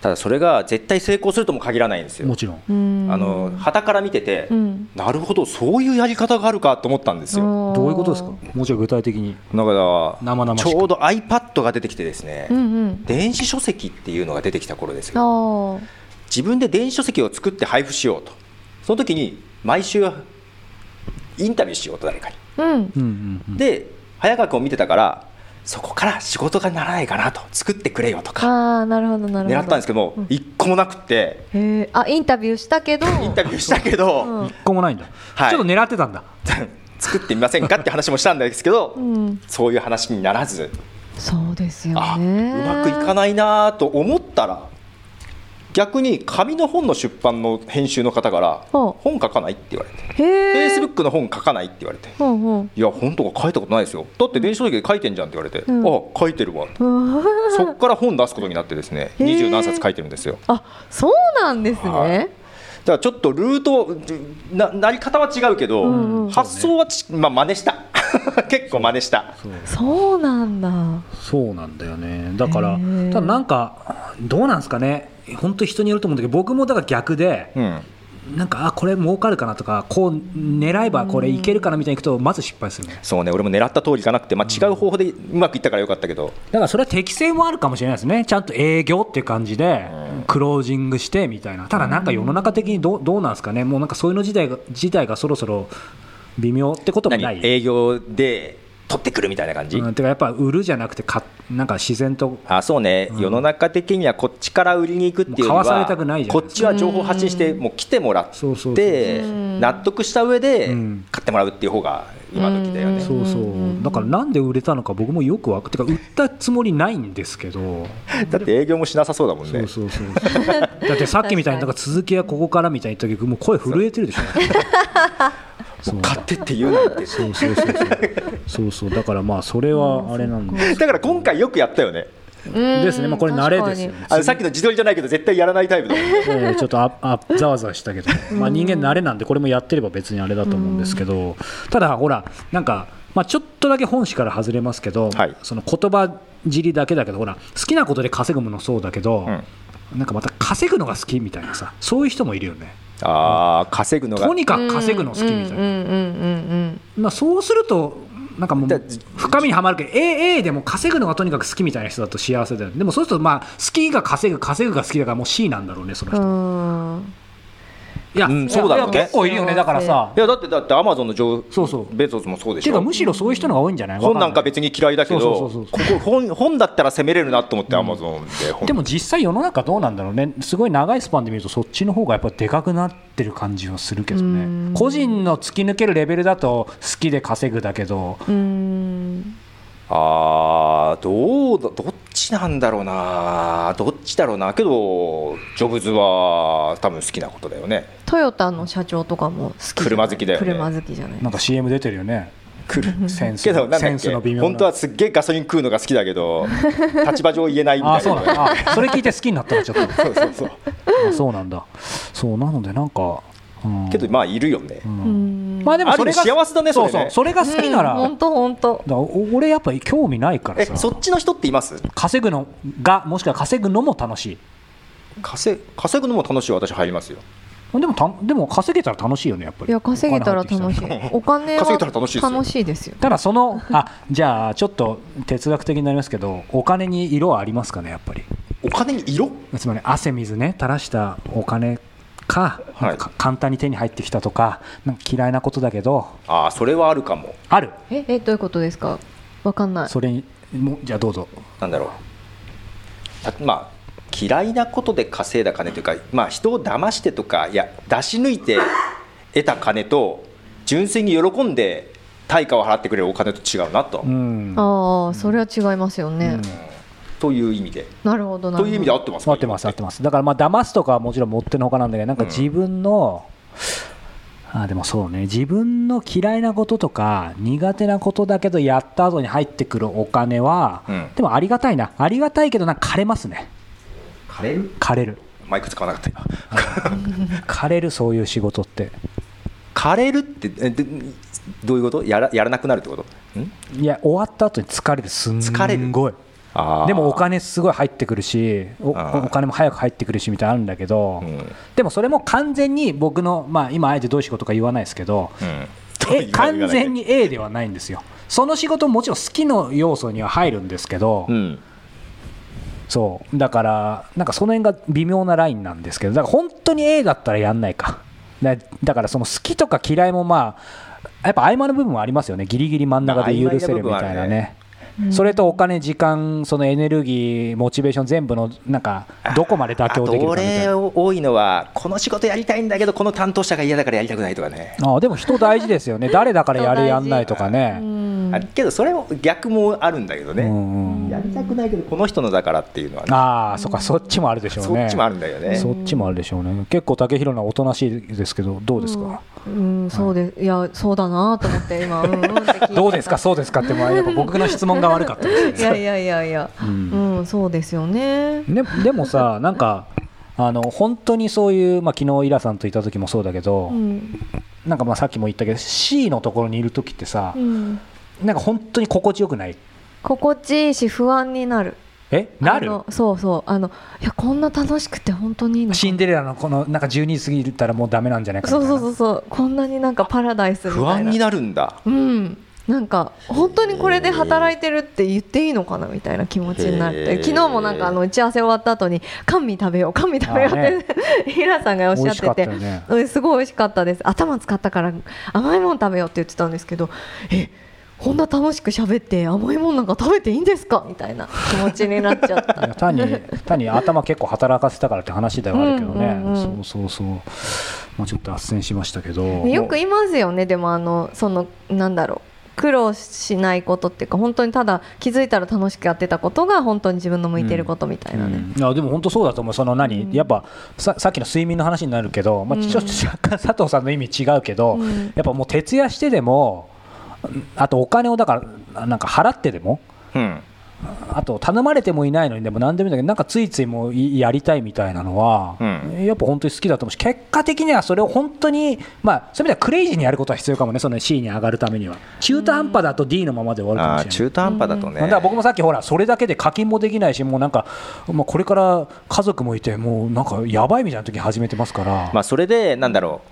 Speaker 2: ただそれが絶対成功するとも限らないんですよ
Speaker 3: もちろん
Speaker 1: うん
Speaker 2: あの旗から見てて
Speaker 1: うん
Speaker 2: なるほどそういうやり方があるかと思ったんですよ
Speaker 1: ど
Speaker 3: どういうことですかもうちろん具体的に
Speaker 2: だから
Speaker 3: 生々しく
Speaker 2: ちょうど iPad が出てきてですね
Speaker 1: うんうん
Speaker 2: 電子書籍っていうのが出てきた頃ですよ
Speaker 1: あ
Speaker 2: 自分で電子書籍を作って配布しようとその時に毎週インタビューしようと誰かに
Speaker 1: あうん
Speaker 3: うんうんうん
Speaker 2: で早川君を見てたからそこから仕事がならないかなと作ってくれよとか
Speaker 1: ああなるほどなるほど
Speaker 2: 狙ったんですけども
Speaker 1: うん
Speaker 2: 一個もなくって
Speaker 1: へえあインタビューしたけど
Speaker 2: インタビューしたけど、
Speaker 1: うん
Speaker 3: 一個もないんだ、
Speaker 2: はい
Speaker 3: ちょっと狙ってたんだ
Speaker 2: [LAUGHS] 作ってみませんかって話もしたんですけど、
Speaker 1: うん
Speaker 2: そういう話にならず
Speaker 1: そうですよ
Speaker 2: あう
Speaker 1: ね
Speaker 2: まくいか
Speaker 1: い
Speaker 2: ないなと思ったら逆に紙の本の出版の編集の方から
Speaker 1: ほう
Speaker 2: 本書かないって言われて
Speaker 1: へえ
Speaker 2: Facebook の本書かないって言われて
Speaker 1: ほうほう
Speaker 2: いや本とか書いたことないですよだって電子書籍で書いてんじゃんって言われて、
Speaker 1: ん
Speaker 2: あ書いてるわ
Speaker 1: うん
Speaker 2: そこから本出すことになってですね
Speaker 1: [LAUGHS] へー
Speaker 2: 二十何冊書いてるんですよ
Speaker 1: [LAUGHS] あそうなんです
Speaker 2: はい
Speaker 1: ね
Speaker 2: だからちょっとルートななり方は違うけど、
Speaker 1: うんうん
Speaker 2: 発想はち、まあ、真似した [LAUGHS] 結構真似した
Speaker 1: そうなんだ
Speaker 3: そうなんだよねだか
Speaker 1: へ
Speaker 3: ら
Speaker 1: ー
Speaker 3: ただなんかどうなんですかね本当人によると思うんだけど僕もだから逆で
Speaker 2: うん
Speaker 3: なんかあこれ儲かるかなとかこう狙えばこれいけるかなみたいにいくとまず失敗するね
Speaker 2: そうね俺も狙った通りいかなくて、まあ、違う方法でうまくいったからよかったけど、
Speaker 3: だからそれは適性もあるかもしれないですねちゃんと営業っていう感じでクロージングしてみたいなただなんか世の中的にどうどうなんですかねもうなんかそういうの自体が自体がそろそろ微妙ってことも
Speaker 2: 何
Speaker 3: ない
Speaker 2: 営業で取ってくるみたいな感じ、
Speaker 3: うん、てかやっぱ売るじゃなくてかなんか自然と
Speaker 2: あそうね、世の中的にはこっちから売りに行くっていうよりは
Speaker 3: もう買わされたくないじゃな
Speaker 2: こ
Speaker 3: いで
Speaker 2: っ
Speaker 3: す
Speaker 2: ちは情報発信してもう来てもらっ
Speaker 3: そうそう
Speaker 2: て
Speaker 1: そううん
Speaker 2: 納得した上で
Speaker 3: うん
Speaker 2: 買ってもらうっていう方が今時だよね、
Speaker 1: うん
Speaker 3: そうそう、
Speaker 1: ん
Speaker 3: だからなんで売れたのか僕もよくわかてか売ったつもりないんですけど
Speaker 2: だって営業もしなさそうだもん
Speaker 3: そ
Speaker 2: ね
Speaker 3: うそう [LAUGHS] そうだってさっきみたいになんか続きはここからみたいに言った時もう声震えてるでしょそう
Speaker 2: 買ってって言うなんて
Speaker 3: そうそうそうそうそうそうだからまあそれはあれなんです
Speaker 2: だから今回よくやったよね
Speaker 1: うん
Speaker 3: ですね、まあ、これ慣れですよね
Speaker 2: あのさっきの自撮りじゃないけど絶対やらないタイプだもんね
Speaker 3: えーちょっとああざわざわしたけど、まあ、人間慣れなんでこれもやってれば別にあれだと思うんですけどただほらなんか、まあ、ちょっとだけ本誌から外れますけど、
Speaker 2: はい
Speaker 3: その言葉尻だけだけどほら好きなことで稼ぐものそうだけど、なんかまた稼ぐのが好きみたいなさそういう人もいるよね
Speaker 2: ああ稼ぐのが
Speaker 3: とにかく稼ぐの好きみたいな、
Speaker 1: うんうんうん
Speaker 3: まあ、そうするとなんかも
Speaker 2: だ
Speaker 3: う深みにはまるけど A, A でも稼ぐのがとにかく好きみたいな人だと幸せだよねでもそうするとまあ好きが稼ぐ稼ぐが好きだからもう C なんだろうねその
Speaker 1: う
Speaker 3: 人、
Speaker 1: んうん
Speaker 3: いや、
Speaker 2: うんそうだろうね
Speaker 3: いや結構いるよねだからさ
Speaker 2: いやだってだってアマゾンの上
Speaker 3: そうそう
Speaker 2: ベゾスもそうで
Speaker 3: て
Speaker 2: し
Speaker 3: いうか
Speaker 2: ょ
Speaker 3: むしろそういう人の方が多いんじゃない
Speaker 2: 本なんか
Speaker 3: わ
Speaker 2: 別に嫌いだけど
Speaker 3: そうそうそう
Speaker 2: ここ本本だったら攻めれるなと思ってアマゾンで
Speaker 3: ん
Speaker 2: 本
Speaker 3: でも実際世の中どうなんだろうねすごい長いスパンで見るとそっちの方がやっぱでかくなってる感じはするけどね個人の突き抜けるレベルだと好きで稼ぐだけど
Speaker 1: うん
Speaker 2: ああどうだどっちなんだろうなどっちだろうなけどジョブズは多分好きなことだよね
Speaker 1: トヨタの社長とかも好きじゃない
Speaker 2: 車好きだよね
Speaker 1: 車好きじゃない
Speaker 3: なんか CM 出てるよねセンス
Speaker 2: けどなんだっ
Speaker 3: セ
Speaker 2: け
Speaker 3: ンスの微妙な
Speaker 2: 本当はすっげえガソリン食うのが好きだけ
Speaker 3: [LAUGHS]
Speaker 2: ど立場上言えないみたいな
Speaker 3: あそうなんだあそれ聞いて好きになったらちょっ
Speaker 2: [LAUGHS]
Speaker 3: と
Speaker 2: そうそうそう
Speaker 3: あそうなんだそうなのでなんか、うん
Speaker 2: けどまあいるよね、
Speaker 1: うん
Speaker 3: まあでもそれが
Speaker 2: ある意味幸せだねそれね
Speaker 3: うそうそれが好きなら,、
Speaker 1: 本当本当
Speaker 3: だからお俺やっぱり興味ないから
Speaker 2: え
Speaker 3: さ
Speaker 2: そっちの人っています
Speaker 3: 稼ぐのがもしくは稼ぐのも楽しい
Speaker 2: 稼稼ぐのも楽しい私入りますよ
Speaker 3: でもたでも稼げたら楽しいよねやっぱり
Speaker 1: いや稼げたら楽しいお金は
Speaker 2: 稼げたら楽しいですよ
Speaker 1: 楽しいですよ
Speaker 3: ただそのあじゃあちょっと哲学的になりますけどお金に色はありますかねやっぱり
Speaker 2: お金に色
Speaker 3: つまり汗水ね垂らしたお金か,、
Speaker 2: はい
Speaker 3: か簡単に手に入ってきたとかなんか嫌いなことだけど
Speaker 2: ああそれはあるかも
Speaker 3: ある
Speaker 1: ええどういうことですかわかんない
Speaker 3: それにもじゃあどうぞ
Speaker 2: なんだろうたまあ嫌いなことで稼いだ金というか、まあ、人を騙してとかいや出し抜いて得た金と純粋に喜んで対価を払ってくれるお金と違うなと、
Speaker 3: うん
Speaker 1: ああそれは違いますよね
Speaker 2: という意味で
Speaker 1: なるほどなるほど
Speaker 2: という意味で合ってますか
Speaker 3: 合ってます合ってますだからまあ騙すとかはもちろん持ってのほかなんだけどなんか自分の、あーでもそうね自分の嫌いなこととか苦手なことだけどやった後に入ってくるお金は、
Speaker 2: うん
Speaker 3: でもありがたいなありがたいけどなんか枯れますね
Speaker 2: 枯れる
Speaker 3: 枯れる
Speaker 2: マイク使わなかった今
Speaker 3: 枯れるそういう仕事って
Speaker 2: 枯れるってえでどういうことやらやらなくなるってことん
Speaker 3: いや終わった後に疲れるすん
Speaker 2: 疲れる
Speaker 3: ごい
Speaker 2: あー
Speaker 3: でもお金すごい入ってくるしお
Speaker 2: あー
Speaker 3: お金も早く入ってくるしみたいなのあるんだけど、
Speaker 2: うん
Speaker 3: でもそれも完全に僕の、まあ、今あえてどういう仕事か言わないですけど、
Speaker 2: うん
Speaker 3: え完全に A ではないんですよその仕事ももちろん好きの要素には入るんですけど、
Speaker 2: うん
Speaker 3: そうだからなんかその辺が微妙なラインなんですけどだから本当に A だったらやんないかだだからその好きとか嫌いもまあやっぱ曖昧な部分はありますよねギリギリ真ん中で許せるみた
Speaker 2: まあ曖昧な部
Speaker 3: い
Speaker 2: 分は
Speaker 3: な
Speaker 2: ある
Speaker 3: ねそれとお金時間そのエネルギーモチベーション全部のなんかどこまで妥
Speaker 2: あと
Speaker 3: 協できるかみたい
Speaker 2: 俺
Speaker 3: な
Speaker 2: 多いのはこの仕事やりたいんだけどこの担当者が嫌だからやりたくないとかね、
Speaker 3: あでも人大事ですよね誰だからやるやんないとかね
Speaker 1: うん
Speaker 2: あけどそれも逆もあるんだけどね、
Speaker 3: うんうん
Speaker 2: やりたくないけどこの人のだからっていうのはね
Speaker 3: ああそっかそっちもあるでしょう
Speaker 2: そ
Speaker 3: ね
Speaker 2: っちもあるんだよね
Speaker 3: そっちもあるでしょうね結構竹広のはおとなしいですけどどうですか、
Speaker 1: うんそうでいやそうだなと思って今うんうんって聞いてた
Speaker 3: どうですかそうですかってまあやっぱ僕の質問が悪かったです
Speaker 1: いやいやいやいやうんそうですよね
Speaker 3: ねでもさなんかあの本当にそういう、まあ、昨日イラさんといた時もそうだけど、
Speaker 1: うん
Speaker 3: なんかまあさっきも言ったけど C のところにいる時ってさ
Speaker 1: う、ん
Speaker 3: なんか本当に心地よくない
Speaker 1: 心地いいし不安になる
Speaker 3: えな
Speaker 1: あ
Speaker 3: る
Speaker 1: のそうそうあのいやこんな楽しくて本当にいいのか
Speaker 3: シンデレラのこのなんか12時過ぎたらもうダメなんじゃないかみた
Speaker 1: そ
Speaker 3: いうな
Speaker 1: そうそうそうこんなになんかパラダイスみたいな
Speaker 2: 不安になるんだ
Speaker 1: うんなんか本当にこれで働いてるって言っていいのかなみたいな気持ちになっ
Speaker 2: へ
Speaker 1: て
Speaker 2: ー
Speaker 1: 昨日もなんかあの打ち合わせ終わった後に甘味食べよう甘味食べようって、 [LAUGHS] ヒラさんがおっしゃってて
Speaker 3: 美味しかったよね
Speaker 1: うんすごい美味しかったです頭使ったから甘いもの食べようって言ってたんですけどえこんな楽しく喋って甘いものなんか食べていいんですかみたいな気持ちになっちゃっ
Speaker 3: [LAUGHS] いや
Speaker 1: た [LAUGHS]
Speaker 3: 単に単に頭結構働かせたからって話ではあるけどね、
Speaker 1: うんうんうん
Speaker 3: そうそうそう、まあ、ちょっと斡旋しましたけど、
Speaker 1: ねよく言いますよねでもあのそのなんだろう苦労しないことっていうか本当にただ気づいたら楽しくやってたことが本当に自分の向いてることみたいなね、
Speaker 3: うんいやでも本当そうだと思う、その何、
Speaker 1: うん
Speaker 3: やっぱささっきの睡眠の話になるけど、まあ、
Speaker 1: うん
Speaker 3: ちょっと若干佐藤さんの意味違うけど、
Speaker 1: うん
Speaker 3: やっぱもう徹夜してでも、あとお金をだから、なんか払ってでも、
Speaker 2: うん
Speaker 3: あと頼まれてもいないのにでも何でもいいんだけどなんかついついもういやりたいみたいなのは、
Speaker 2: うん
Speaker 3: やっぱ本当に好きだと思うし結果的にはそれを本当にまあそういう意味ではクレイジーにやることは必要かもねその C に上がるためには中途半端だと D のままで終わるか
Speaker 2: あ
Speaker 3: も
Speaker 2: あ
Speaker 3: しれない
Speaker 2: 中途半端だとね、
Speaker 3: だから僕もさっきほらそれだけで課金もできないしもうなんか、まあ、これから家族もいてもうなんかやばいみたいな時に始めてますから、
Speaker 2: まあ、それでなんだろ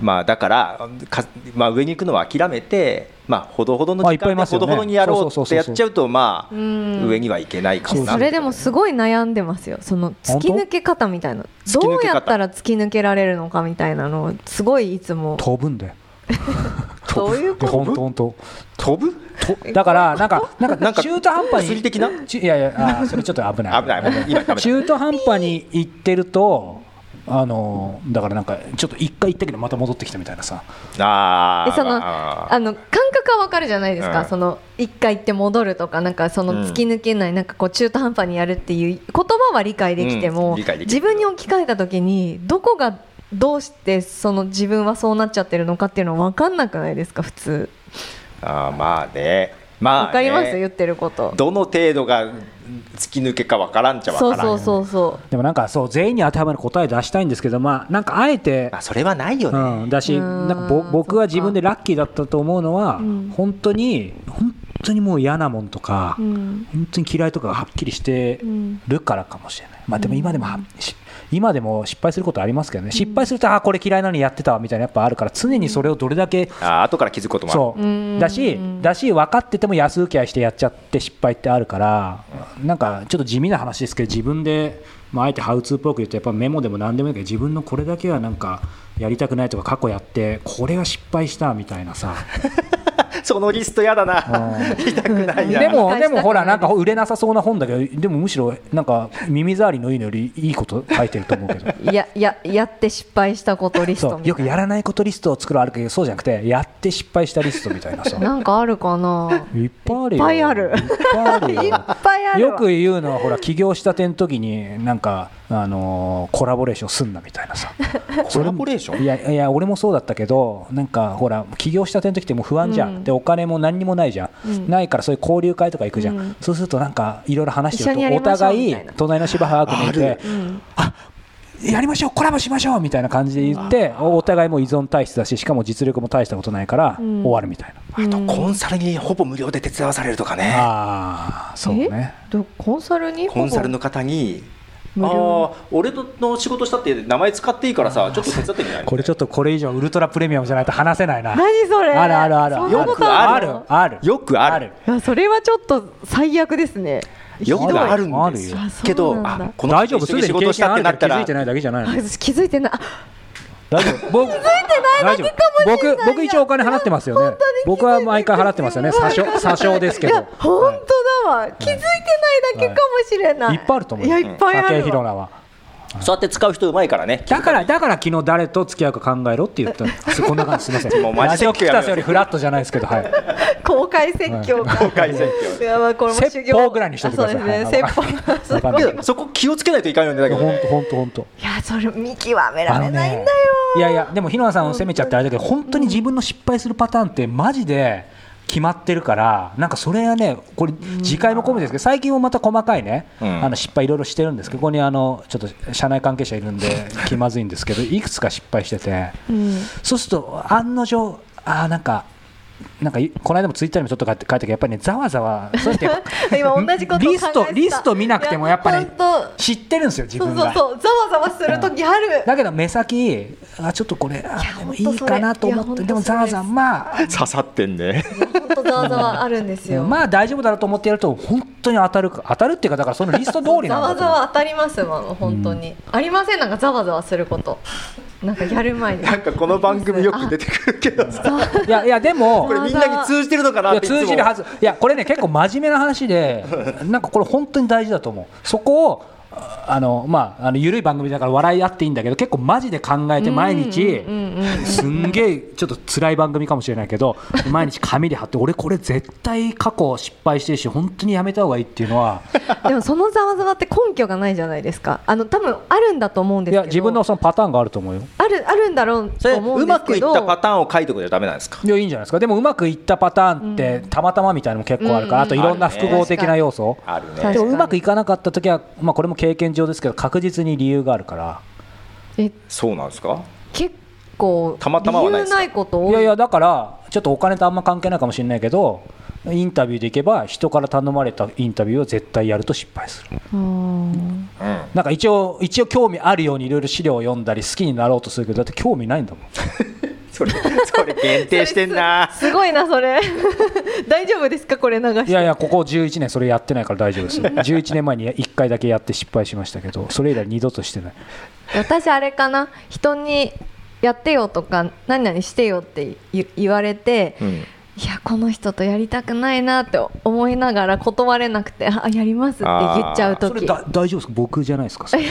Speaker 2: う、まあ、だからか、まあ、上に行くのは諦めて、まあ、ほどほどの
Speaker 3: あい
Speaker 2: 時
Speaker 3: っぱ
Speaker 2: 間
Speaker 3: いい
Speaker 2: で
Speaker 3: ます
Speaker 2: ほ
Speaker 3: よね
Speaker 2: どほどにやろう
Speaker 3: そう
Speaker 2: っ
Speaker 3: そ
Speaker 2: て
Speaker 3: う
Speaker 2: や
Speaker 3: そう
Speaker 2: っ
Speaker 3: そ
Speaker 2: ちゃ
Speaker 3: う
Speaker 2: うと、まあ、
Speaker 1: うん
Speaker 2: 上にはいけないかな
Speaker 1: それでもすごい悩んでますよその突き抜け方みたいな
Speaker 2: 突き抜け
Speaker 1: どう
Speaker 2: 方
Speaker 1: やったら突き抜けられるのかみたいなのをすごいいつも
Speaker 3: 飛ぶんだよ
Speaker 1: どういうこと
Speaker 3: トントンと
Speaker 2: 飛ぶ
Speaker 3: だからなんかなん
Speaker 2: なんか
Speaker 3: か中途半端
Speaker 2: 釣り
Speaker 3: に
Speaker 2: 的な
Speaker 3: ちいやいやあーそれちょっと危ない
Speaker 2: 危ない危ない今ダメだ
Speaker 3: 中途半端に行ってるとあのだからなんかちょっと一回行ったけどまた戻ってきたみたいなさ
Speaker 2: あ
Speaker 1: え
Speaker 2: ー
Speaker 1: その
Speaker 2: まあ
Speaker 1: あの感覚はわかるじゃないですか、
Speaker 2: うん
Speaker 1: その一回行って戻るとかなんかその突き抜けない、なんかこう中途半端にやるっていう言葉は理解できても、
Speaker 2: うん理解できる
Speaker 1: 自分に置き換えた時にどこがどうしてその自分はそうなっちゃってるのかっていうのわかんなくないですか普通
Speaker 2: あーまあねまあね
Speaker 1: わかります、言ってること
Speaker 2: どの程度が突き抜けかわからんちゃわから
Speaker 1: そ
Speaker 2: ん
Speaker 1: うそうそうそ
Speaker 3: でもなんかそう全員に当てはまる答え出したいんですけどまあなんかあえて
Speaker 2: まあ、それはないよね、
Speaker 3: うん、だし
Speaker 1: うーん
Speaker 3: なんかぼ僕は自分でラッキーだったと思うのは、
Speaker 1: うん
Speaker 3: 本当に本当にもう嫌なもんとか、
Speaker 1: う、うん
Speaker 3: 本当に嫌いとかがはっきりして
Speaker 1: うん
Speaker 3: るからかもしれない、まあ、でも今でもは、し今でも失敗することありますけどね失敗するとあこれ嫌いなのにやってたわみたいなやっぱあるから常にそれをどれだけ、
Speaker 2: あー後から気づくこともある
Speaker 3: そう
Speaker 1: ー
Speaker 3: うんだしだし分かってても安請け合いしてやっちゃって失敗ってあるからなんかちょっと地味な話ですけど自分で、まああえてハウツーっぽく言うとやっぱメモでも何でもいいけど自分のこれだけはなんかやりたくないとか過去やってこれは失敗したみたいなさ
Speaker 2: そのリストやだな
Speaker 3: うん
Speaker 2: 言いたく [LAUGHS] ない
Speaker 1: 失敗
Speaker 2: な
Speaker 3: で
Speaker 1: したくな
Speaker 3: も
Speaker 1: い
Speaker 3: でもほらなんか売れなさそうな本だけどでもむしろなんか耳障りのいいのよりいいこと書いてると思うけど
Speaker 1: やややって失敗したことリス
Speaker 3: そ
Speaker 1: ト
Speaker 3: う
Speaker 1: み
Speaker 3: よ
Speaker 1: た
Speaker 3: く
Speaker 1: い
Speaker 3: やらないことリストを作るあるけどそうじゃなくてやって失敗したリストみたい
Speaker 1: [LAUGHS]
Speaker 3: なさ
Speaker 1: ななんかあるかない
Speaker 3: っぱいあるよ
Speaker 1: いっぱいあるい
Speaker 3: いっぱいあるよ
Speaker 1: っぱいあるわ
Speaker 3: よく言うのはほら起業したての時になんかあのーコラボレーションすんなみたい
Speaker 1: [LAUGHS]
Speaker 3: なさ
Speaker 2: コラボレーション
Speaker 3: いやいや俺もそうだったけどなんかほら起業したての時ってもう不安じゃん、
Speaker 1: うん
Speaker 3: でお金も何にもないじゃん、
Speaker 1: うん
Speaker 3: ないからそういう交流会とか行くじゃん、
Speaker 1: うん
Speaker 3: そうするとなんかいろいろ話し
Speaker 1: 一
Speaker 3: て
Speaker 1: 緒にや
Speaker 3: ると
Speaker 1: り
Speaker 3: お
Speaker 1: ましょう
Speaker 3: 互
Speaker 1: み
Speaker 3: い
Speaker 1: たいな
Speaker 3: 隣の芝生が見て
Speaker 1: うん
Speaker 3: やりましょうコラボしましょうみたいな感じで言っておお互いもう依存体質だししかも実力も大したことないから
Speaker 1: うん
Speaker 3: 終わるみたいな、
Speaker 2: あとコンサルにほぼ無料で手伝わされるとかね
Speaker 3: ああそうね
Speaker 1: えどコンサルに
Speaker 2: コンサルの方に「あ
Speaker 1: 無
Speaker 2: あ
Speaker 1: 料
Speaker 2: ー俺の仕事したって名前使っていいからさちょっと手伝ってみない?」
Speaker 3: これちょっとこれ以上ウルトラプレミアムじゃないと話せないな
Speaker 1: 何それ
Speaker 3: あるあるある
Speaker 1: そんなこと
Speaker 3: あ
Speaker 1: あ
Speaker 3: る
Speaker 1: る
Speaker 3: ある
Speaker 2: よくある
Speaker 1: いやそれはちょっと最悪ですね
Speaker 2: よくあるん
Speaker 3: ある
Speaker 2: です
Speaker 3: よ
Speaker 1: あそう
Speaker 2: けど
Speaker 1: なんだ
Speaker 2: あこの
Speaker 3: 大
Speaker 2: 人
Speaker 3: 丈夫
Speaker 2: と
Speaker 3: す
Speaker 2: 一緒
Speaker 3: で
Speaker 2: に仕
Speaker 3: に
Speaker 2: 事
Speaker 3: 経
Speaker 2: した
Speaker 3: 験
Speaker 2: っ
Speaker 3: あ
Speaker 2: てなった
Speaker 3: るから気
Speaker 2: ら
Speaker 3: づいてないだけじゃないの
Speaker 1: あ私気づいてないあ
Speaker 3: 大丈夫僕大丈夫僕僕一応お金払ってますよね僕は毎回払っ
Speaker 1: [LAUGHS]
Speaker 3: てますよね詐称詐称ですけ
Speaker 1: い
Speaker 3: ど
Speaker 1: や本当だわ、気づいてないだけかもしれない、
Speaker 3: いっぱいあると思うよ
Speaker 1: やいっぱいあ
Speaker 3: 武井
Speaker 1: るわ
Speaker 3: 宏奈は
Speaker 2: そうやって使う人うまいからね
Speaker 3: だからだから昨日誰と付き合うか考えろって言ったのすこんな感じすみませ
Speaker 2: もうんマジ
Speaker 3: ラジオ
Speaker 2: 説
Speaker 3: 聞
Speaker 2: 教やめよう
Speaker 3: たよりフラットじゃないですけど [LAUGHS] はい
Speaker 1: 公開説教か、
Speaker 2: 解説
Speaker 1: いやまあこれも修
Speaker 3: 説
Speaker 1: 行
Speaker 3: 法ぐらいにしといてください
Speaker 1: あそうですね
Speaker 3: はい
Speaker 1: 説法
Speaker 3: わか
Speaker 1: [LAUGHS]
Speaker 2: 教
Speaker 3: んない
Speaker 2: けどそこ気をつけないといかんよねだけどね
Speaker 3: 本当本当本当
Speaker 1: いやそれ見極められないんだよ、
Speaker 3: いやいやでも日野さんを責めちゃってあれだけど本当に自分の失敗するパターンってマジで決まってるからなんかそれはねこれ次回も込めてですけど最近もまた細かいね、
Speaker 2: うん
Speaker 3: あの失敗いろいろしてるんですけどここにあのちょっと社内関係者いるんで
Speaker 1: [LAUGHS]
Speaker 3: 気まずいんですけどいくつか失敗してて
Speaker 1: うん
Speaker 3: そうすると案の定あーなんかなんかいこの間もツイッターにもちょっと書いて書いたけどやっぱりねざわざわそうやってやっぱ
Speaker 1: 今同じことを考えてた
Speaker 3: リストリスト見なくてもやっぱ
Speaker 1: い
Speaker 3: り
Speaker 1: やほんと
Speaker 3: 知ってるんですよ自
Speaker 1: そうそ
Speaker 3: 分
Speaker 1: う
Speaker 3: が。
Speaker 1: そうざわざわする時ある、
Speaker 3: だけど目先あちょっとこれあ
Speaker 1: いや
Speaker 3: で
Speaker 1: ほ
Speaker 3: も
Speaker 1: んと
Speaker 3: いいかなと思っ
Speaker 1: そ
Speaker 3: て
Speaker 1: れいや
Speaker 3: で
Speaker 1: ほ
Speaker 3: も
Speaker 1: んとそ
Speaker 3: ざ
Speaker 1: れ
Speaker 3: わざわまあ
Speaker 2: 刺さってんね
Speaker 1: 本当ざわざわあるんですよ、
Speaker 3: まあ大丈夫だろうと思ってやると本当に当たるか当たるっていうかだからそのリスト通り
Speaker 1: ざ
Speaker 3: な
Speaker 1: わ
Speaker 3: ん
Speaker 1: ざ
Speaker 3: だ
Speaker 1: わ当たりますもん本当に、ありませんなんかざわざわすることなんかやる前に
Speaker 2: [LAUGHS] なんかこの番組よく出てくるけどさ
Speaker 3: と思ういやいや
Speaker 1: [LAUGHS]
Speaker 3: でも
Speaker 2: これみんなに通じてるのかないっ
Speaker 3: や
Speaker 2: ていつも
Speaker 3: 通じるはずいやこれね結構真面目な話でなんかこれ本当に大事だと思うそこをああのまああの緩い番組だから笑い合っていいんだけど結構マジで考えて毎日
Speaker 1: うんうんうんうん
Speaker 3: すんげえちょっと辛い番組かもしれないけど毎日紙で貼って俺これ絶対過去失敗してるし本当にやめた方がいいっていうのは
Speaker 1: でもそのざわざわって根拠がないじゃないですかあの多分あるんだと思うんです
Speaker 3: い
Speaker 1: けど
Speaker 3: や自分のそのパターンがあると思うよ。
Speaker 1: あるあるんだろう
Speaker 2: それ
Speaker 1: と思う
Speaker 2: うん
Speaker 1: で
Speaker 2: ますくい
Speaker 1: け
Speaker 2: っ
Speaker 1: ど
Speaker 2: たパターンを書いておくじゃダメなんですか
Speaker 3: いやいいんじゃないですかでもうまくいったパターンってたまたまみたいなのも結構あるから、
Speaker 1: うん
Speaker 3: あといろんな複合的な要素、
Speaker 2: ある
Speaker 1: 確
Speaker 2: ね
Speaker 3: でも
Speaker 1: かに
Speaker 3: うまくいかなかった時は、まあ、これも経験上ですけど確実に理由があるから
Speaker 1: え
Speaker 2: そうなんですか
Speaker 1: 結構
Speaker 2: たまたまはないで
Speaker 1: 理
Speaker 2: す
Speaker 1: 由
Speaker 2: か
Speaker 1: ないこと多
Speaker 3: いやいやだからちょっとお金とあんま関係ないかもしれないけどインタビューでいけば人から頼まれたインタビューを絶対やると失敗する
Speaker 1: うん
Speaker 2: うん
Speaker 3: なんか一応一応興味あるようにいろいろ資料を読んだり好きになろうとするけどだって興味ないんだもん
Speaker 2: それそれ限定してんな
Speaker 1: すごいなそれ [LAUGHS] 大丈夫ですかこれ流して
Speaker 3: いやいやここ11年それやってないから大丈夫ですよ11年前に1回だけやって失敗しましたけどそれ以来二度としてない
Speaker 1: 私あれかな人にやってよとか何々してよって言言われて、
Speaker 2: うん
Speaker 1: いやこの人とやりたくないなって思いながら断れなくてあやりますって言っちゃう
Speaker 3: それ
Speaker 1: 時
Speaker 3: だ大丈夫ですか僕じゃないですかそれ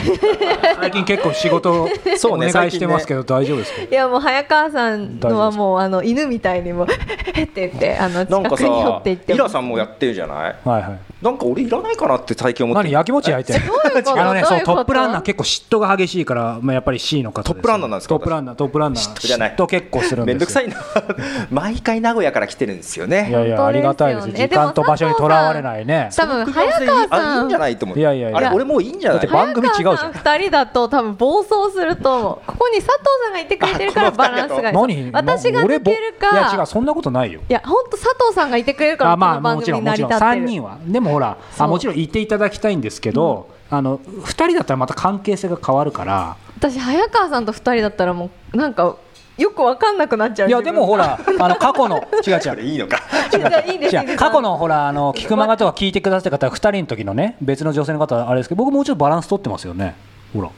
Speaker 3: 最近結構仕事を
Speaker 2: そ
Speaker 3: お
Speaker 2: うね
Speaker 3: 願いしてますけど大丈夫ですか
Speaker 1: いやもう早川さんのはもうあの犬みたいにも [LAUGHS] って言ってあの
Speaker 2: なん
Speaker 1: 近
Speaker 2: か
Speaker 1: くに寄っ
Speaker 2: さ
Speaker 1: ていって
Speaker 2: イラさんもやってるじゃない
Speaker 3: はいはい
Speaker 2: なんか俺いらないかなって最近思って
Speaker 3: 何
Speaker 2: る
Speaker 3: やきもち焼いてんの
Speaker 1: どういうこと
Speaker 3: あのね、
Speaker 1: どう
Speaker 3: そ
Speaker 1: いうう
Speaker 3: トップランナー
Speaker 1: こと
Speaker 3: 結構嫉妬が激しいから、まあ、やっぱり C の方ですよ
Speaker 2: トップランナーなんですか
Speaker 3: トップランナートップランナー嫉
Speaker 2: 妬じゃない
Speaker 3: 妬結構するんで
Speaker 2: め
Speaker 3: すよ
Speaker 2: んどくさいな [LAUGHS] 毎回名古屋から来てるんですよ
Speaker 3: い
Speaker 2: ね
Speaker 3: やいやありがたいですよ
Speaker 1: 本当ですよね
Speaker 3: 時間と場所にとらわれないね
Speaker 1: 多分早川
Speaker 2: あい
Speaker 1: さ
Speaker 2: いん
Speaker 1: ん
Speaker 2: じゃないと思う
Speaker 3: いやいやいや
Speaker 2: あれ俺もういいんじゃない
Speaker 3: だって
Speaker 2: [LAUGHS]
Speaker 3: 番組違うじゃ
Speaker 1: 早
Speaker 3: ん
Speaker 1: 川さん2人だと多分暴走すると思うここに佐藤さんがいてくれてるから
Speaker 2: あこの
Speaker 1: バ
Speaker 2: 二人
Speaker 1: ラ
Speaker 2: だ
Speaker 1: ン
Speaker 2: と
Speaker 1: スがいい私
Speaker 3: 何
Speaker 1: が
Speaker 3: 俺
Speaker 1: 抜
Speaker 3: ぼ
Speaker 1: けるか
Speaker 3: いや違うそんなことないよ
Speaker 1: いや本当佐藤さんがいてくれるから
Speaker 3: あ
Speaker 1: こ
Speaker 3: ま
Speaker 1: の
Speaker 3: あも
Speaker 1: 番
Speaker 3: ちろ
Speaker 1: 組
Speaker 3: んも
Speaker 1: 成り
Speaker 3: ちろん
Speaker 1: 立って
Speaker 3: 3
Speaker 1: る
Speaker 3: 人はでもほら
Speaker 1: そ
Speaker 3: あ
Speaker 1: う
Speaker 3: もちろんいていただきたいんですけど、あの2人だったらまた関係性が変わるから
Speaker 1: 私早川さんと2人だったらもうなんかよく分かんなくなっちゃう
Speaker 3: い
Speaker 1: い
Speaker 3: やでもほらあの過去の違
Speaker 1: [LAUGHS]
Speaker 3: う違う
Speaker 2: それいいのか
Speaker 1: じゃあいいですいい
Speaker 3: 違
Speaker 1: です
Speaker 3: う過去のほらあの菊間がとか聞いてくださった方2人の時のね別の女性の方はあれですけど僕もうちょっとバランス取ってますよねほら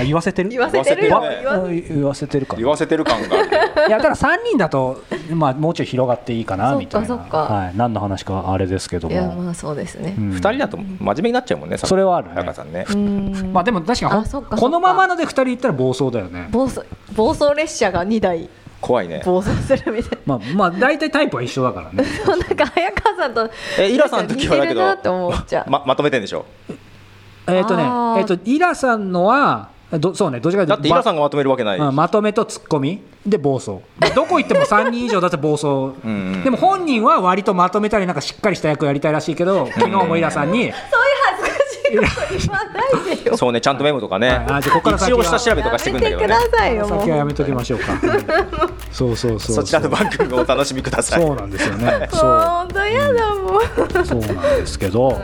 Speaker 3: あ言わせてる
Speaker 1: 言わせてるよ
Speaker 2: 言わせてるね
Speaker 1: 言わ
Speaker 3: ば言わせてるかい
Speaker 2: [LAUGHS] 言わせてる感がある [LAUGHS]
Speaker 3: やだから3人だと、まあ、もうちょい広がっていいかなみたいな
Speaker 1: そっかそっか
Speaker 3: はい、何の話かあれですけど
Speaker 1: いや
Speaker 3: も、
Speaker 1: まあそうですね
Speaker 3: うん
Speaker 2: 2人だと真面目になっちゃうもんね
Speaker 3: それはあるね
Speaker 2: 早川さんね
Speaker 1: うーん
Speaker 3: まあ、でも確か
Speaker 1: あそっ
Speaker 3: に
Speaker 1: かそっか
Speaker 3: このままので2人行ったら暴走だよね、
Speaker 1: 暴走暴走列車が2台
Speaker 2: 怖いね
Speaker 1: 暴走するみたい
Speaker 3: まあまあ、大体タイプは一緒だからね
Speaker 1: [LAUGHS] なそうなんか早川さんと
Speaker 2: えイラさんの時はだけ
Speaker 1: 似て
Speaker 2: ど
Speaker 1: るなって思っちゃう
Speaker 2: ままとめてんでしょ
Speaker 3: えっとね
Speaker 1: あー
Speaker 3: えっとイラさんのはどそうねどちらか
Speaker 2: だ
Speaker 3: とい
Speaker 2: って
Speaker 3: うと
Speaker 2: イラさんがまとめるわけない
Speaker 3: うんまとめとツッコミで暴走でどこ行っても3人以上だと暴走
Speaker 2: んうん
Speaker 3: でも本人は割とまとめたりなんかしっかりした役をやりたいらしいけど昨日もイラさん
Speaker 1: そ
Speaker 3: に
Speaker 1: ういう恥ずかしいこと言わないでよ
Speaker 2: そうねちゃんとメモとかね
Speaker 3: はいあじゃあここから先
Speaker 2: 一
Speaker 3: は
Speaker 2: 応下調べとかしてくんだけ
Speaker 1: や
Speaker 2: ど
Speaker 1: めてく
Speaker 2: ね
Speaker 1: ださいよもう
Speaker 3: 先はやめときましょう
Speaker 2: [LAUGHS]
Speaker 3: かそうそうそう
Speaker 2: そちらの番組をお楽しみください
Speaker 3: そうなんですよねそう
Speaker 1: 本当やだもう
Speaker 3: そうなんですけど
Speaker 1: はい